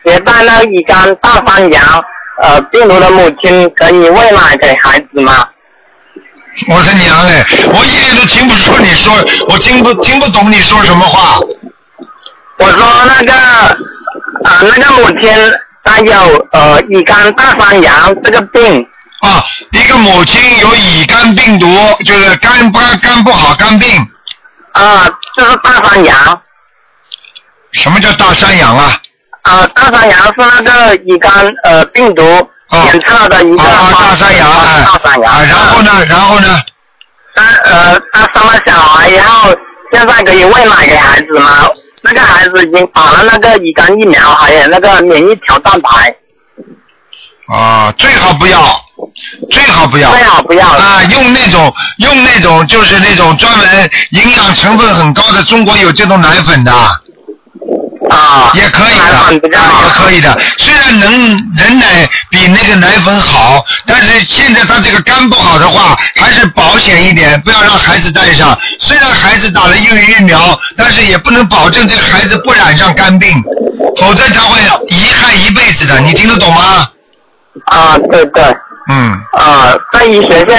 S5: 结伴那个乙肝大三阳，呃，病毒的母亲可以喂奶给孩子吗？
S2: 我的娘哎，我一点都听不出你说，我听不听不懂你说什么话。
S5: 我说那个，啊、那个母亲她有呃乙肝大三阳这个病，
S2: 啊，一个母亲有乙肝病毒，就是肝不肝不好肝病。
S5: 啊、就是大三阳。
S2: 什么叫大山羊啊？
S5: 啊，大山羊是那个乙肝呃病毒
S2: 啊
S5: 检测的一个
S2: 啊，啊大山羊哎
S5: 啊大山羊。
S2: 啊，然后呢，然后呢，
S5: 他呃，他生了小孩以后，现在可以喂奶给孩子吗？那个孩子已经打了那个乙肝疫苗，还有那个免疫调蛋白，
S2: 啊，最好不要，最好不要。
S5: 最好不要了。
S2: 啊，用那种用那种就是那种专门营养成分很高的，中国有这种奶粉的。
S5: 啊，
S2: 也可以
S5: 来吧你不
S2: 的，
S5: 干
S2: 啊
S5: 了
S2: 也可以的。虽然能人奶比那个奶粉好，但是现在他这个肝不好的话，还是保险一点，不要让孩子带上。虽然孩子打了疫疫苗，但是也不能保证这个孩子不染上肝病，否则他会遗憾一辈子的。你听得懂吗？
S5: 啊，对对，
S2: 嗯，
S5: 啊，在医学界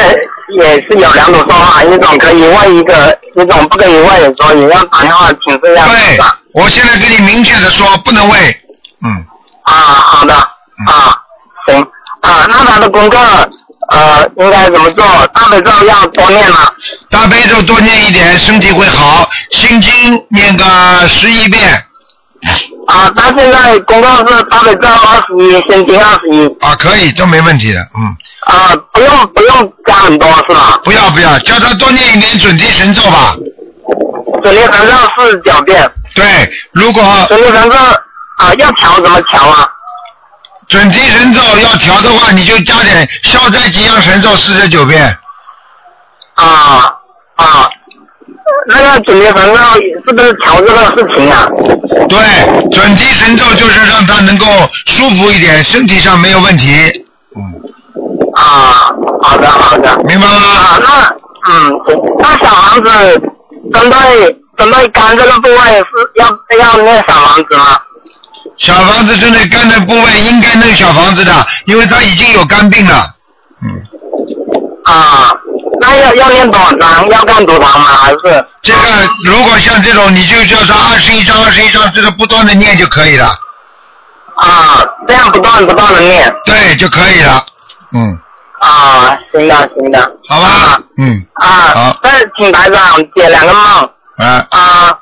S5: 也是有两种说法，一种可以问一个，一种不可以问，所以要打电话请这样
S2: 对
S5: 子吧。，
S2: 我现在跟你明确的说，不能喂。嗯，
S5: 啊，好的，啊，行，啊，那他的功课呃应该怎么做？大悲咒要多念吗？
S2: 大悲咒多念一点，身体会好。心经念个十一遍
S5: 啊，他现在功课是大悲咒二十一，心经二十一，
S2: 啊，可以，都没问题的。嗯。
S5: 啊，不用不用加很多是吧？
S2: 不要不要，叫他多念一点准提神咒吧。
S5: 准提神咒四十九遍，
S2: 对，如果
S5: 准提神咒啊要调怎么调啊？
S2: 准提神咒要调的话，你就加点消灾吉祥神咒四十九遍。
S5: 啊啊，那个准提神咒是不是调这个事情啊？
S2: 对，准提神咒就是让他能够舒服一点，身体上没有问题。嗯，
S5: 啊，好的好的，
S2: 明白
S5: 啊
S2: 吗？
S5: 那嗯，那小房子针对针对肝这个部位是要要那小房子吗？
S2: 小房子针对肝的部位应该弄小房子的，因为他已经有肝病了。嗯，
S5: 啊，那要要念多少张？要干多长吗？还是
S2: 这个如果像这种，你就叫他二十一章、二十一章，这个不断的念就可以了。
S5: 啊这样不断不断的念？
S2: 对，就可以了。嗯，
S5: 啊，行的行的
S2: 好吧。嗯，
S5: 啊
S2: 好，
S5: 再请台长解两个梦。
S2: 啊。
S5: 啊，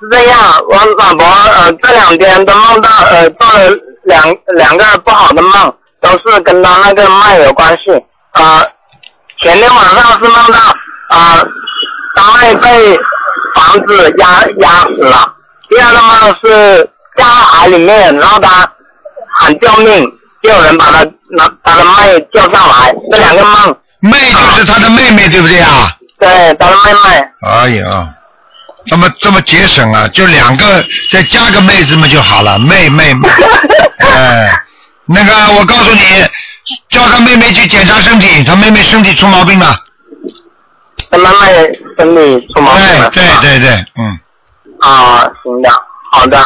S5: 是这样，我老婆呃这两天都梦到呃做了两两个不好的梦，都是跟她那个脉有关系。啊、前天晚上是梦到啊，她脉被房子压压死了。第二个梦是掉到海里面，然后她喊救命，就有人把她拿把她脉救上来。这两个梦，
S2: 妹就是他的妹妹，对不对啊？
S5: 对，她的妹妹。
S2: 哎呀，这么这么节省啊，就两个，再加个妹子嘛就好了，妹妹 妹。哎，那个我告诉你，叫他妹妹去检查身体，他妹妹身体出毛病了。
S5: 她妹妹身体出毛病
S2: 对
S5: 了，是吧
S2: 对对对，嗯，
S5: 啊，行的，好的，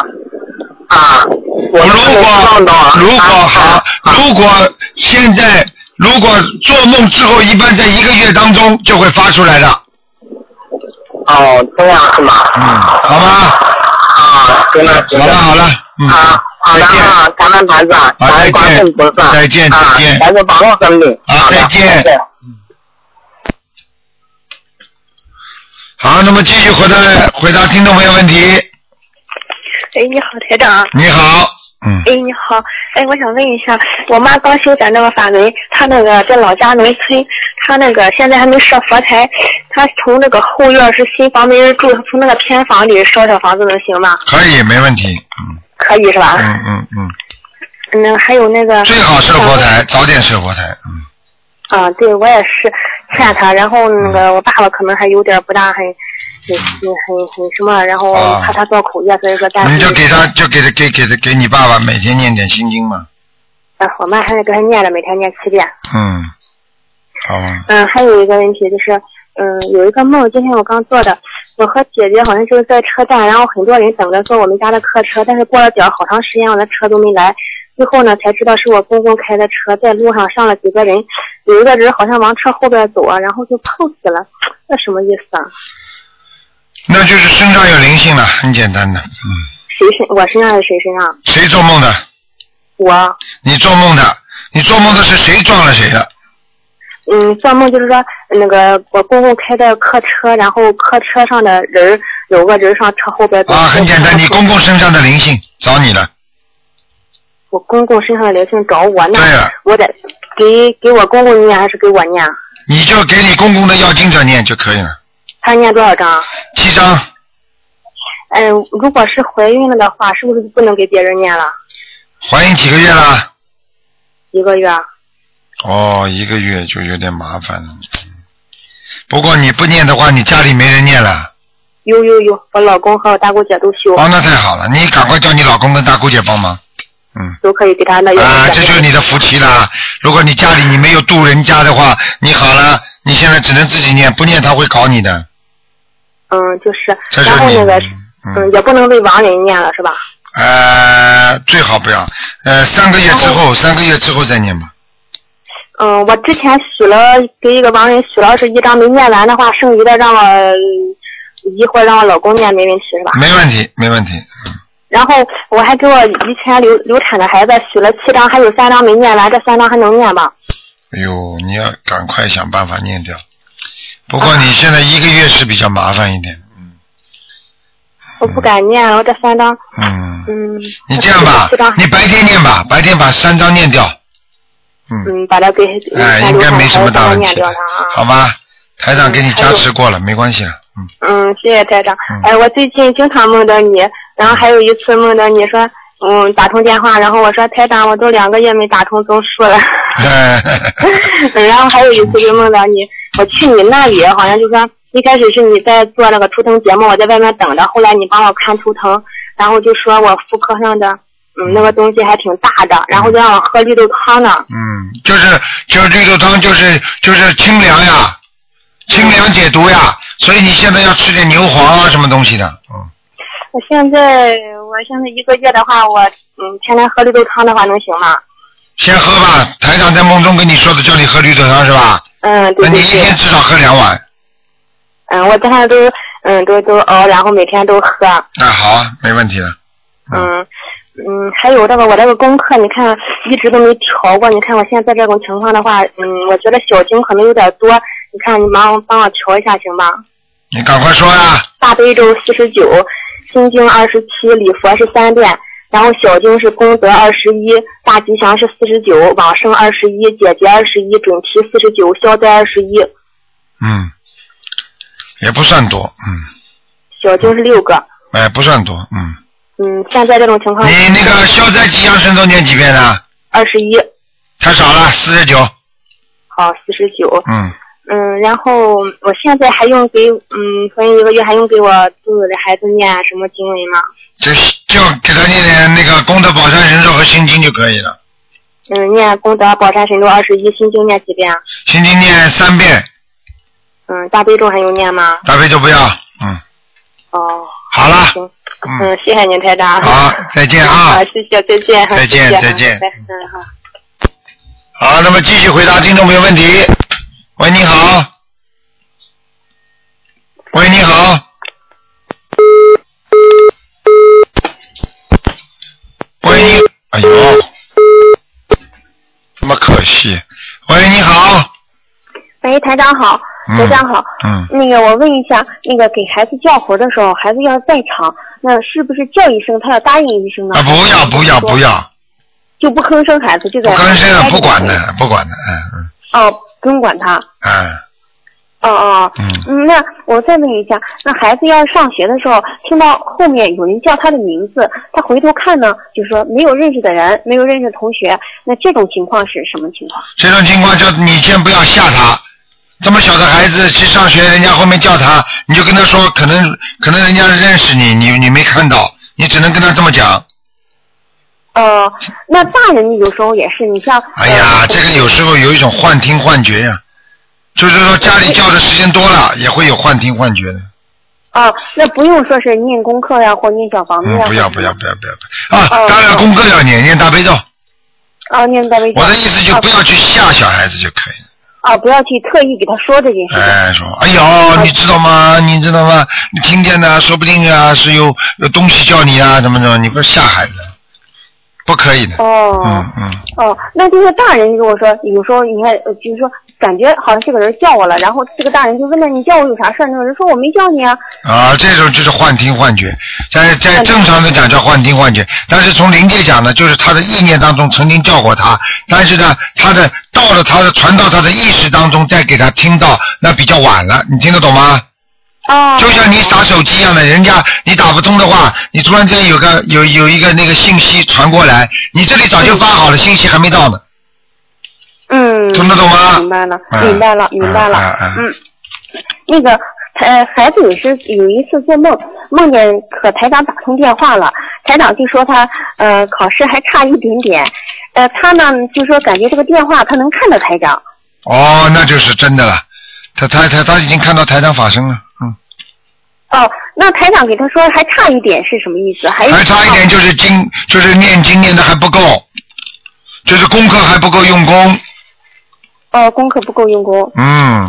S5: 啊，我
S2: 如
S5: 弄
S2: 果
S5: 到啊
S2: 如果好
S5: 啊，
S2: 如果现在如果做梦之后，一般在一个月当中就会发出来的。
S5: 哦，这样是吗？
S2: 嗯，好吧，
S5: 啊，行了，
S2: 好
S5: 行
S2: 了
S5: 了，
S2: 好了，嗯，
S5: 啊，好的
S2: 再见
S5: 啊，感恩台长，感恩观世音菩萨，
S2: 再见
S5: 啊
S2: 再见
S5: 感恩保佑身体，
S2: 啊
S5: 好的
S2: 再见好，那么继续回答回答听众朋友问题。
S6: 哎，你好，台长。
S2: 你好，嗯，
S6: 哎，你好，哎，我想问一下，我妈刚修咱那个法门，她那个在老家农村，她那个现在还没设佛台，她从那个后院是新房没人住，她从那个偏房里烧小房子能行吗？
S2: 可以，没问题，
S6: 可以是吧
S2: 嗯？嗯嗯
S6: 嗯，还有那个
S2: 嗯，最好设佛台，早点设佛台，嗯，
S6: 啊，对我也是欠她，然后那个我爸爸可能还有点不大很。很很很什么，然后
S2: 啊
S6: 怕他造口业，所以说但
S2: 你
S6: 是
S2: 就给他，就给他，给给他，给你爸爸每天念点心经嘛，
S6: 呃我妈还在跟他念了，每天念七遍。
S2: 嗯，好吧，
S6: 嗯，还有一个问题就是，嗯，有一个梦，今天我刚做的，我和姐姐好像就是在车站，然后很多人等着坐我们家的客车，但是过了点儿好长时间，我的车都没来。最后呢，才知道是我公公开的车，在路上上了几个人，有一个人好像往车后边走啊，然后就碰死了，那什么意思啊？
S2: 那就是身上有灵性了，很简单的，嗯，
S6: 谁身我身上还是谁身上？
S2: 谁做梦的？
S6: 我，
S2: 你做梦的，你做梦的是谁撞了谁了？
S6: 嗯，做梦就是说那个我公公开的客车，然后客车上的人儿有个人上车后边走
S2: 啊，很简
S6: 嗯
S2: 单，你公公
S6: 身
S2: 身上的灵性找你了，
S6: 我公公身上的灵性找我
S2: 对
S6: 那
S2: 了，
S6: 我得给给我公公念还是给我念？啊
S2: 你就给你公公的要经者念就可以了，
S6: 他念多少张？
S2: 七张。
S6: 哎，如果是怀孕了的话，是不是就不能给别人念了？
S2: 怀孕几个月了？
S6: 一个月？
S2: 哦，一个月就有点麻烦了。不过你不念的话，你家里没人念了。
S4: 有有有，我老公和我大姑姐都修，
S2: 哦，那太好了，你赶快叫你老公跟大姑姐帮忙。嗯，
S4: 都可以给他那有
S2: 啊，这就是你的福气啦。如果你家里你没有度人家的话，你好了，你现在只能自己念，不念他会搞你的。
S4: 嗯，就是，
S2: 这
S4: 然
S2: 是
S4: 后
S2: 你
S4: 那个，
S2: 嗯
S4: 嗯，也不能为亡人念了是吧？
S2: 呃，最好不要，呃，三个月之后，三个月之后再念吧。
S4: 嗯，我之前许了给一个亡人许了二十一张，没念完的话，剩余的让我姨或者让我老公念没问题是吧？
S2: 没问题，没问题。
S4: 然后我还给我以前流流产的孩子许了七张，还有三张没念完，这三张还能念吗？
S2: 哎呦，你要赶快想办法念掉。不过你现在一个月是比较麻烦一点，
S4: 我不敢念，然后这三张，
S2: 嗯，
S4: 嗯，
S2: 你这样吧
S4: 七张，，
S2: 你白天念吧，白天把三张念掉，嗯，
S4: 嗯，把它给
S2: 哎，
S4: 以前
S2: 应该
S4: 流产的
S2: 没
S4: 孩
S2: 什么
S4: 子
S2: 大
S4: 帮我
S2: 问
S4: 念
S2: 题
S4: 掉
S2: 的
S4: 它啊，。
S2: 好吧？台长给你加持过了，没关系了，嗯，
S4: 嗯，谢谢台长
S2: 嗯。
S4: 哎，我最近经常梦到你，然后还有一次梦到你说，嗯，打通电话，然后我说台长，我都两个月没打通总数了。 嗯然后还有一次就梦到你，我去你那里，好像就说一开始是你在做那个图腾节目，我在外面等着，后来你帮我看图腾，然后就说我妇科上的嗯那个东西还挺大的，然后就让我喝绿豆汤呢。
S2: 嗯，就是就是绿豆汤，就是就是清凉呀，清凉解毒呀，所以你现在要吃点牛黄啊，什么东西的，嗯，
S4: 我现在我现在一个月的话，我嗯天天喝绿豆汤的话能行吗？
S2: 先喝吧。台长在梦中跟你说的，叫你喝绿豆汤是吧？
S4: 嗯，对
S2: 那你
S4: 对
S2: 一
S4: 对
S2: 天，至少喝两碗，
S4: 嗯，我现在都嗯都都熬，然后每天都喝，
S2: 那好啊，没问题的。
S4: 嗯嗯，还有这个我这个功课，你看一直都没调过，你看我现在这种情况的话，嗯，我觉得小经可能有点多，你看你忙帮我调一下行吗？
S2: 你赶快说呀、
S4: 大悲咒四十九，心经二十七，礼佛是三遍，然后小经是功德二十一，大吉祥是四十九，往生二十一，解结二十一，准提四十九，消灾二十一，
S2: 嗯，也不算多，嗯，
S4: 小经是六个。
S2: 哎，不算多，嗯。
S4: 嗯，现在这种情况，
S2: 你那个消灾吉祥神咒念几遍呢？
S4: 二十一，
S2: 太少了，四十九。
S4: 好四十九，
S2: 嗯，
S4: 嗯，然后我现在还用给嗯，所以一个月还用给我肚子里孩子念什么经文吗？
S2: 就就给他念点那个功德宝山神咒和心经就可以了。
S4: 嗯，念功德宝山神咒二十一，心经念几遍？啊
S2: 心经念三遍，
S4: 嗯，大悲咒还用念吗？
S2: 大悲咒不要。嗯，
S4: 哦，
S2: 好了，
S4: 行，
S2: 嗯，
S4: 嗯，谢谢您台长。
S2: 好，再见啊
S4: 好，。谢谢，再见，
S2: 再见
S4: 谢谢
S2: 再见
S4: 拜嗯，好。
S2: 好，那么继续回答听众朋友问题。喂，你好。喂，你好。喂，你，哎呦，这么可惜。喂，你好。
S3: 喂，台长好，
S2: 嗯
S3: 台长好。
S2: 嗯，
S3: 那个，我问一下，那个给孩子叫魂的时候，孩子要是在场，那是不是叫一声，他要答应一声呢？
S2: 啊，不要不要不，要，
S3: 就不吭声，孩子就
S2: 不
S3: 在
S2: 吭声了，
S3: 该
S2: 不管
S3: 就
S2: 的，不管的，嗯
S3: 哦，不用管他。
S2: 嗯
S3: 哦哦，
S2: 嗯
S3: 嗯，那我再问一下，那孩子要是上学的时候，听到后面有人叫他的名字，他回头看呢，就说没有认识的人，没有认识的同学，那这种情况是什么情况？
S2: 这种情况就你先不要吓他。这么小的孩子去上学，人家后面叫他，你就跟他说，可能可能人家认识你，你你没看到，你只能跟他这么讲。
S3: 呃，那大人有时候也是，你像
S2: 哎呀
S3: 呃，
S2: 这个有时候有一种幻听幻觉呀、就是说家里叫的时间多了，也会有幻听幻觉的。
S3: 哦，那不用说是念功课呀，或念小房子
S2: 嗯
S3: 呀。，
S2: 不
S3: 或
S2: 要
S3: 者
S2: 不
S3: 什
S2: 要
S3: 么。
S2: 不要不要不要啊！
S3: 哦
S2: 当然功课要念，念大悲咒。
S3: 哦，念大悲咒。
S2: 我的意思就
S3: 哦
S2: 不要去吓小孩子就可以了。
S3: 哦，不要去特意给他说这件事情。
S2: 哎，说，哎呦，你知道吗？你知道吗？你听见的，说不定啊是有有东西叫你啊，怎么怎么，你不是吓孩子，不可以的。
S3: 哦、
S2: 嗯嗯，
S3: 哦，那就是大人如果说有时候你看，呃比如说感觉好像这个人叫我了，然后这个大人就问他你叫我有啥事儿，那个人说我没叫你啊。
S2: 啊，这种就是幻听幻觉，在在正常的讲叫幻听幻觉，但是从灵界讲呢，就是他的意念当中曾经叫过他，但是呢，他的到了他的传到他的意识当中，再给他听到，那比较晚了，你听得懂吗？
S3: 哦，
S2: 就像你打手机一样的，人家你打不通的话，你突然间有个有有一个那个信息传过来，你这里早就发好了，信息还没到呢，
S3: 嗯，
S2: 听得懂吗？
S3: 明白了，
S2: 嗯哎
S3: 明白了，明白了
S2: 嗯嗯。嗯
S3: 嗯，那个呃，孩子也是有一次做梦，梦见和台长打通电话了，台长就说他呃考试还差一点点，呃，他呢就说感觉这个电话他能看到台长，
S2: 哦，那就是真的了。他他他他已经看到台长法身了，嗯，
S3: 哦，那台长给他说还差一点是什么意思？还有
S2: 还差一点就是经就是念经念的还不够，就是功课还不够用功，
S3: 哦，功课不够用功。
S2: 嗯，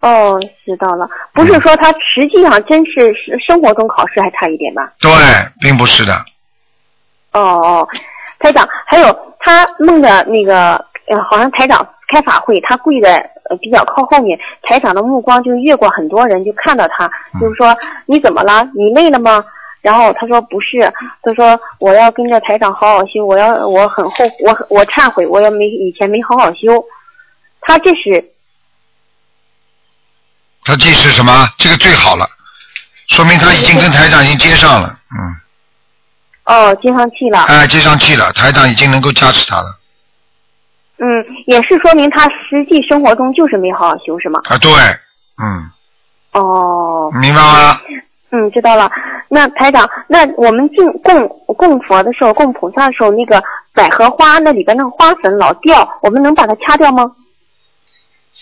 S3: 哦，知道了，不是说他实际上真是是生活中考试还差一点吧？
S2: 对，并不是的，
S3: 哦哦，台长，还有他梦的那个，呃，好像台长开法会，他跪在呃比较靠后面，台长的目光就越过很多人，就看到他，就是说你怎么了？你累了吗？然后他说不是，他说我要跟着台长好好修，我要我很后我很我忏悔，我要没以前没好好修。他这是
S2: 他这是什么？这个最好了，说明他已经跟台长已经接上了，嗯，
S3: 哦接上气了，
S2: 哎，接上气了，台长已经能够加持他了，
S3: 嗯，也是说明他实际生活中就是没好好修是吗？
S2: 啊，对，嗯，
S3: 哦，
S2: 明白吗？
S3: 嗯，知道了。那台长，那我们进供供佛的时候，供菩萨的时候，那个百合花那里边那个花粉老掉，我们能把它掐掉吗？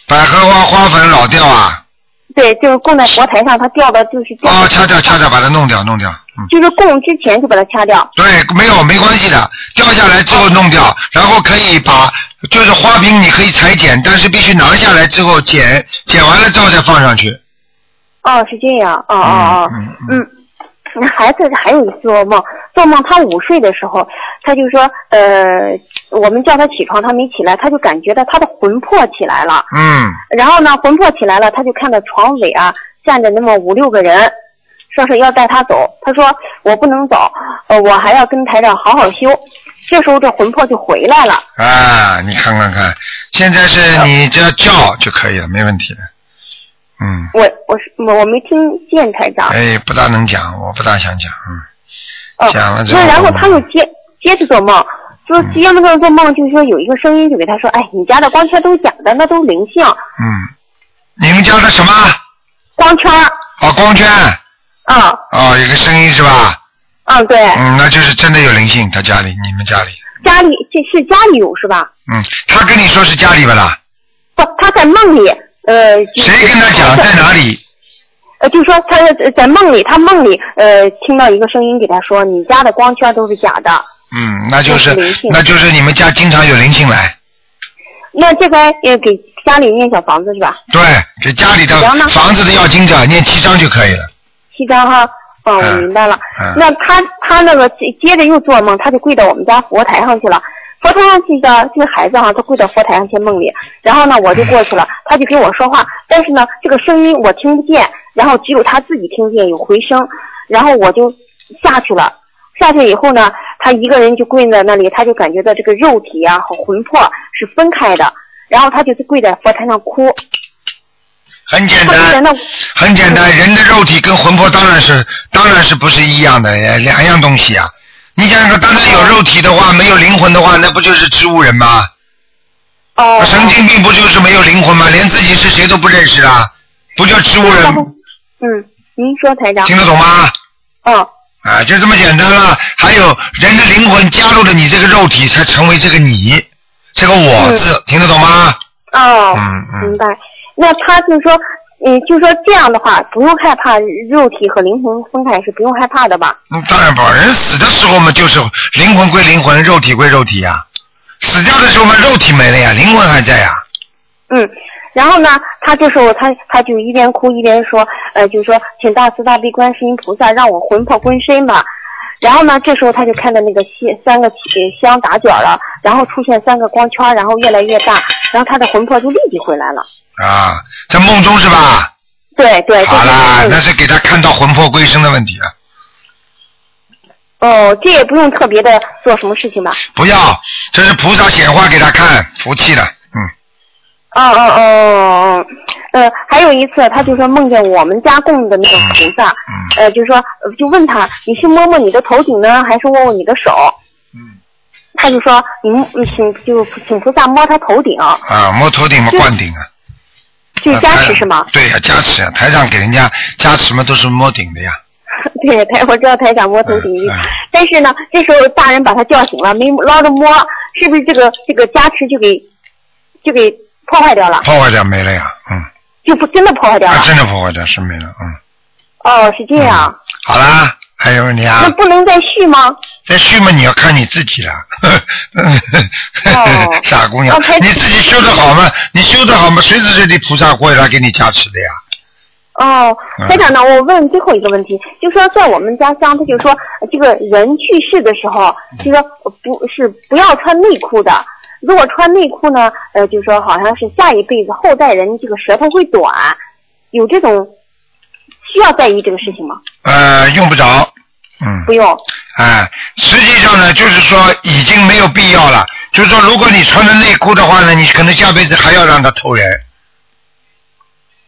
S2: 百合花花粉老掉啊，
S3: 对，就是供在佛台上，它掉的就是掉，
S2: 哦，掐掉掐掉，把它弄掉弄掉，嗯，
S3: 就是供之前就把它掐掉。
S2: 对，没有没关系的，掉下来之后弄掉，然后可以把就是花瓶你可以裁剪，但是必须拿下来之后剪，剪完了之后再放上去，
S3: 哦，是这样。哦哦哦，
S2: 嗯嗯
S3: 嗯。那孩子还有一次做梦，做梦他午睡的时候，他就说，呃，我们叫他起床，他没起来，他就感觉到他的魂魄起来了。
S2: 嗯，
S3: 然后呢，魂魄起来了，他就看到床尾啊站着那么五六个人，说是要带他走。他说我不能走，呃，我还要跟台长好好修。这时候这魂魄就回来了。
S2: 啊，你看看看，现在是你只要叫就可以了，没问题的，嗯，
S3: 我我是我我没听见台长。
S2: 哎，不大能讲，我不大想讲，
S3: 哦
S2: 嗯，讲了之后，
S3: 那然后他又接接着做梦，就接着做梦，就说有一个声音就给他说，哎，你家的光圈都是假的，那都是灵性
S2: 嗯，你们叫他什么？
S3: 光圈儿。
S2: 哦，光圈，
S3: 嗯
S2: 哦，有个声音是吧？
S3: 嗯，对，
S2: 嗯，那就是真的有灵性，他家里，你们家里，
S3: 家里这是家里有是吧？
S2: 嗯，他跟你说是家里吧啦？
S3: 不，他在梦里，呃，就
S2: 谁跟他讲在哪里？
S3: 呃，就说他呃在梦里，他梦里呃听到一个声音给他说，你家的光圈都是假的。
S2: 嗯，那就是
S3: 那是灵性
S2: 那就是你们家经常有灵性来，
S3: 那这该呃给家里念小房子是吧？
S2: 对，给家里的
S3: 然后呢
S2: 房子的要经者念七章就可以了。
S3: 七张哈。哦，我
S2: 嗯
S3: 明白了。
S2: 嗯
S3: 那他他那个接接着又做梦，他就跪到我们家佛台上去了。佛台上去的这个孩子哈、啊他跪到佛台上去梦里，然后呢，我就过去了，他就跟我说话，但是呢，这个声音我听不见，然后只有他自己听见有回声，然后我就下去了。下去以后呢，他一个人就跪在那里，他就感觉到这个肉体啊和魂魄是分开的，然后他就跪在佛台上哭，
S2: 很简
S3: 他就在
S2: 单，
S3: 那
S2: 很简
S3: 嗯
S2: 单，人的肉体跟魂魄当然是当然是不是一样的，呃两样东西啊。你想想看，单单有肉体的话，没有灵魂的话，那不就是植物人吗？
S3: 哦，
S2: 啊神经病不就是没有灵魂吗？连自己是谁都不认识啊，不叫植物人，
S3: 嗯，您说台长，
S2: 听得懂吗？
S3: 嗯。
S2: 啊，就这么简单了。还有人的灵魂加入了你这个肉体，才成为这个你，这个我字，听得懂吗？
S3: 嗯哦，
S2: 嗯
S3: 明
S2: 嗯，
S3: 白。那他就说，嗯，就说这样的话，不用害怕肉体和灵魂分开是不用害怕的吧？
S2: 嗯当然不，人死的时候嘛，就是灵魂归灵魂，肉体归肉体呀、死掉的时候嘛，肉体没了呀，灵魂还在呀。
S3: 嗯。然后呢，他这时候他他就一边哭一边说，呃，就说请大慈大悲观世音菩萨让我魂魄归身吧。然后呢，这时候他就看到那个香三个呃香打卷了，然后出现三个光圈，然后越来越大，然后他的魂魄就立即回来了。
S2: 啊，在梦中是吧？
S3: 对对，这
S2: 好
S3: 是
S2: 啦，
S3: 梦
S2: 那是给他看到魂魄归生的问题了。
S3: 哦，这也不用特别的做什么事情吧？
S2: 不要，这是菩萨显化给他看，服气了。嗯，
S3: 哦哦哦哦，呃，还有一次，他就说梦见我们家供的那个菩萨，
S2: 嗯
S3: 呃，就说呃就问他，你是摸摸你的头顶呢，还是握握你的手？
S2: 嗯，
S3: 他就说嗯你摸请就请菩萨摸他头顶，
S2: 啊，摸头顶嘛，
S3: 这
S2: 灌顶啊，
S3: 就是加持是吗？
S2: 对呀、加持啊，台上给人家加持嘛，都是摸顶的呀。
S3: 对，台我知道台长摸头顶一
S2: 嗯
S3: 但是呢，这时候大人把他叫醒了，没捞着摸，是不是这个这个加持就给就给破坏掉了，
S2: 破坏掉没了呀，嗯，
S3: 就不真的破坏掉了
S2: 啊、？真的破坏掉是没了，嗯，
S3: 哦，是这样，
S2: 好啦，还有问题啊
S3: 那？不能再续吗？
S2: 再续嘛，你要看你自己了。
S3: 哦
S2: 傻姑娘
S3: 那台，
S2: 你自己修的好吗？你修的好吗？随时随地菩萨会来给你加持的呀。
S3: 哦，
S2: 嗯
S3: 台长呢？我问最后一个问题，就说在我们家乡，他就说呃这个人去世的时候，
S2: 嗯
S3: 就说呃不是不要穿内裤的。如果穿内裤呢，呃，就说好像是下一辈子后代人这个舌头会短，有这种需要在意这个事情吗？
S2: 呃，用不着，嗯
S3: 不，用。
S2: 哎，实际上呢，就是说已经没有必要了。就是说，如果你穿着内裤的话呢，你可能下辈子还要让他偷人。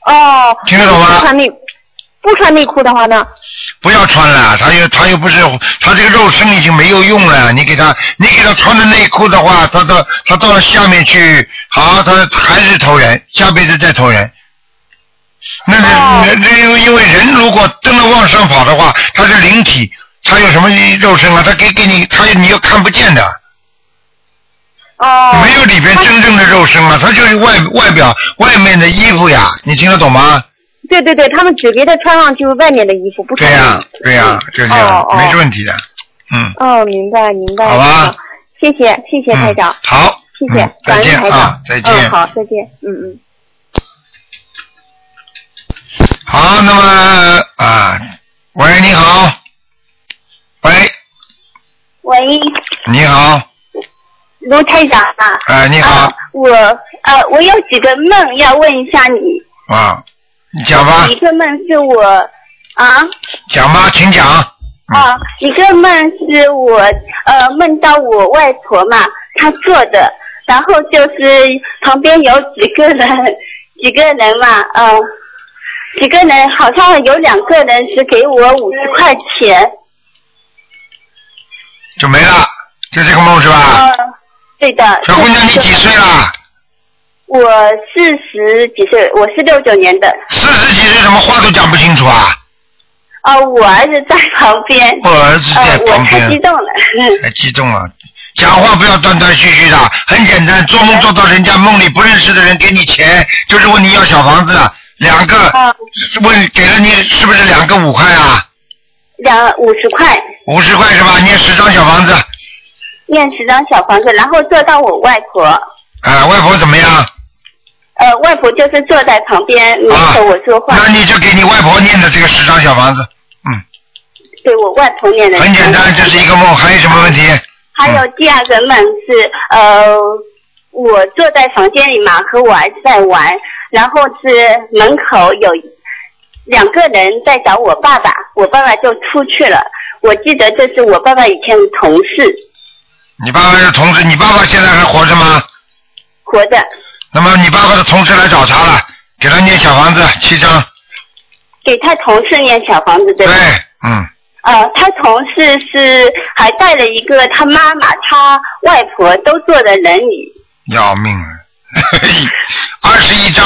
S3: 哦，
S2: 听得懂吗
S3: 不穿内不穿内裤的话呢？
S2: 不要穿了，他又他又不是他这个肉身已经没有用了，你给他你给他穿着内裤的话，他到他到了下面去，好，他还是投人，下辈子再投人。那那那因为因为人如果真的往上跑的话，他是灵体，他有什么肉身啊？他给给你，他你又看不见的，
S3: 哦，
S2: 没有里边真正的肉身啊，他就是外外表外面的衣服呀，你听得懂吗？
S3: 对对对，他们只给他穿上就是外面的衣服，不
S2: 对
S3: 穿内
S2: 呀、
S3: 裤。
S2: 对呀、就这样，
S3: 哦哦
S2: 没问题的，嗯。
S3: 哦，明白明白。
S2: 好吧
S3: 明白，谢谢谢谢台长
S2: 嗯，、好，
S3: 谢谢
S2: 嗯，
S3: 感
S2: 再
S3: 恩
S2: 见
S3: 台长，
S2: 啊，再见。
S3: 嗯，好，再见，嗯嗯。
S2: 好，那么啊，喂，你好，喂，
S4: 喂，
S2: 你好，
S4: 卢台长啊，
S2: 哎、你好
S4: 啊，我呃，我有几个梦要问一下你，
S2: 啊，你讲吧
S4: 一，个梦是我啊
S2: 讲吧，请讲。嗯
S4: 啊，一个梦是我呃梦到我外婆嘛，她做的，然后就是旁边有几个人， 几个人嘛，呃，几个人好像有两个人是给我五十块钱，
S2: 就没了，就这个梦是
S3: 啊
S2: 吧？
S4: 呃，对的。
S2: 啊小姑娘，你
S4: 就是
S2: 几岁了？
S4: 我四十几岁，我是六九年的，
S2: 四十几岁，什么话都讲不清楚啊？
S4: 啊，我儿子在旁边，
S2: 我儿子哦在
S4: 呃，我
S2: 旁
S4: 太激
S2: 边，
S4: 动了，
S2: 太激动了。讲话不要断断续续的，很简单，做梦做到人家梦里不认识的人给你钱，就是问你要小房子，两个，
S4: 啊，
S2: 问给了你是不是两个五块啊？
S4: 两五十块，
S2: 五十块是吧？念十张小房子，啊、
S4: 念十张小房子，然后坐到我外婆，
S2: 啊外婆怎么样？
S4: 呃，外婆就是坐在旁边没和我说话，
S2: 啊那你就给你外婆念的这个十张小房子，嗯，
S4: 对我外婆念的。
S2: 很简单，这是一个梦，还有什么问题？
S4: 还
S2: 嗯
S4: 有第二个梦是，呃，我坐在房间里嘛，和我儿子在玩，然后是门口有两个人在找我爸爸，我爸爸就出去了。我记得这是我爸爸以前的同事，
S2: 你爸爸的同事，你爸爸现在还活着吗？
S4: 活着。
S2: 那么你爸爸的同事来找他了，给他念小房子七张，
S4: 给他同事念小房子，对
S2: 对
S4: 吧？，
S2: 嗯，
S4: 呃，他同事是还带了一个他妈妈、他外婆都坐在轮椅，
S2: 要命了， 二十一张，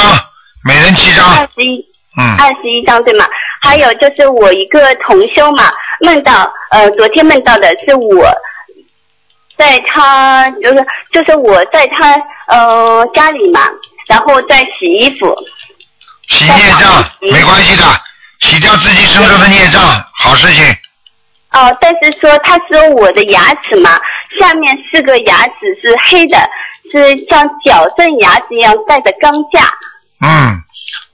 S2: 每人七
S4: 二
S2: 张，
S4: 十一
S2: 嗯，
S4: 二十一张对吗？还有就是我一个同修嘛，梦到呃，昨天梦到的是我在他就是就是我在他呃家里嘛，然后在洗衣服，
S2: 洗孽障没关系的，洗掉自己身上的孽障，好事情，
S4: 哦、但是说他说我的牙齿嘛，下面四个牙齿是黑的，是像矫正牙齿一样带着钢架。
S2: 嗯，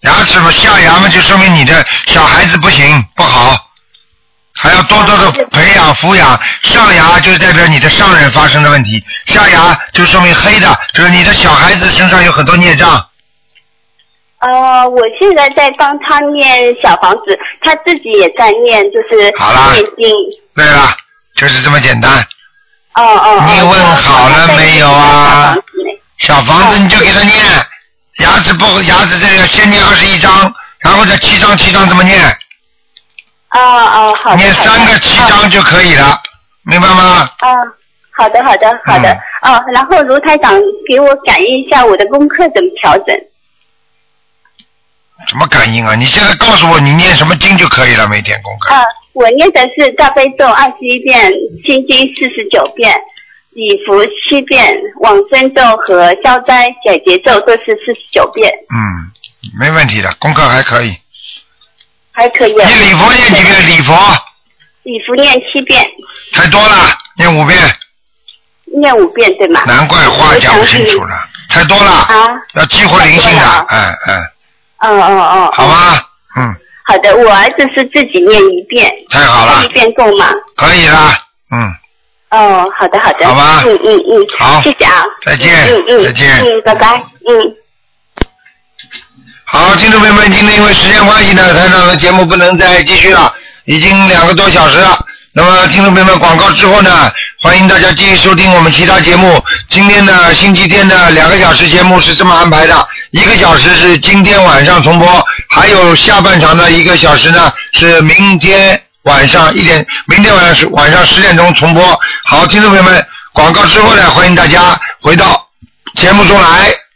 S2: 牙齿嘛，下牙嘛，就说明你的小孩子不行，不好，还要多多的培养抚养。上牙就代表你的上人发生的问题，下牙就说明黑的，就是你的小孩子身上有很多孽障。
S4: 呃，我现在在帮他念小房子，他自己也在念，就是
S2: 好啦
S4: 念经。
S2: 对了，就是这么简单。
S4: 哦哦哦。
S2: 你问好了没有啊
S4: 小房子呢
S2: 小房子你就给他念，牙齿不牙齿这个先念二十一章，然后再七章七章这么念，
S4: 哦哦，好的。
S2: 念
S4: 好的
S2: 三个七。章就可以了，明白吗？
S4: 啊、哦好的好的好
S2: 嗯
S4: 的。哦，然后卢台长给我感应一下我的功课怎么调整。
S2: 什么感应啊？你现在告诉我你念什么经就可以了，每天功课。
S4: 呃，我念的是大悲咒二十一遍，心经四十九遍，礼佛七遍，往生咒和消灾解结咒各是四十九遍，
S2: 嗯，没问题的，功课还可以。
S4: 还可以。啊
S2: 你礼佛念几遍？礼佛
S4: 礼佛念七遍，
S2: 太多了，念五遍，
S4: 念五遍对吗？
S2: 难怪话讲不清楚了，太多了，
S4: 啊，
S2: 要激活灵性的，嗯嗯，
S4: 嗯嗯嗯，
S2: 好吧，嗯，
S4: 好的，我儿子是自己念一遍，
S2: 太好
S4: 一
S2: 了，
S4: 遍够吗？
S2: 可以啦，嗯，
S4: 哦，好的好的，
S2: 好吧
S4: 嗯嗯嗯，
S2: 好
S4: 谢谢啊，
S2: 再见
S4: 嗯嗯，
S2: 再见
S4: 嗯，拜拜，嗯。
S2: 好，听众朋友们，今天因为时间关系呢，台长的节目不能再继续了，已经两个多小时了。那么，听众朋友们，广告之后呢，欢迎大家继续收听我们其他节目。今天呢，星期天的两个小时节目是这么安排的：一个小时是今天晚上重播，还有下半场的一个小时呢是明天晚上一点，明天晚上是晚上十点钟重播。好，听众朋友们，广告之后呢，欢迎大家回到节目中来。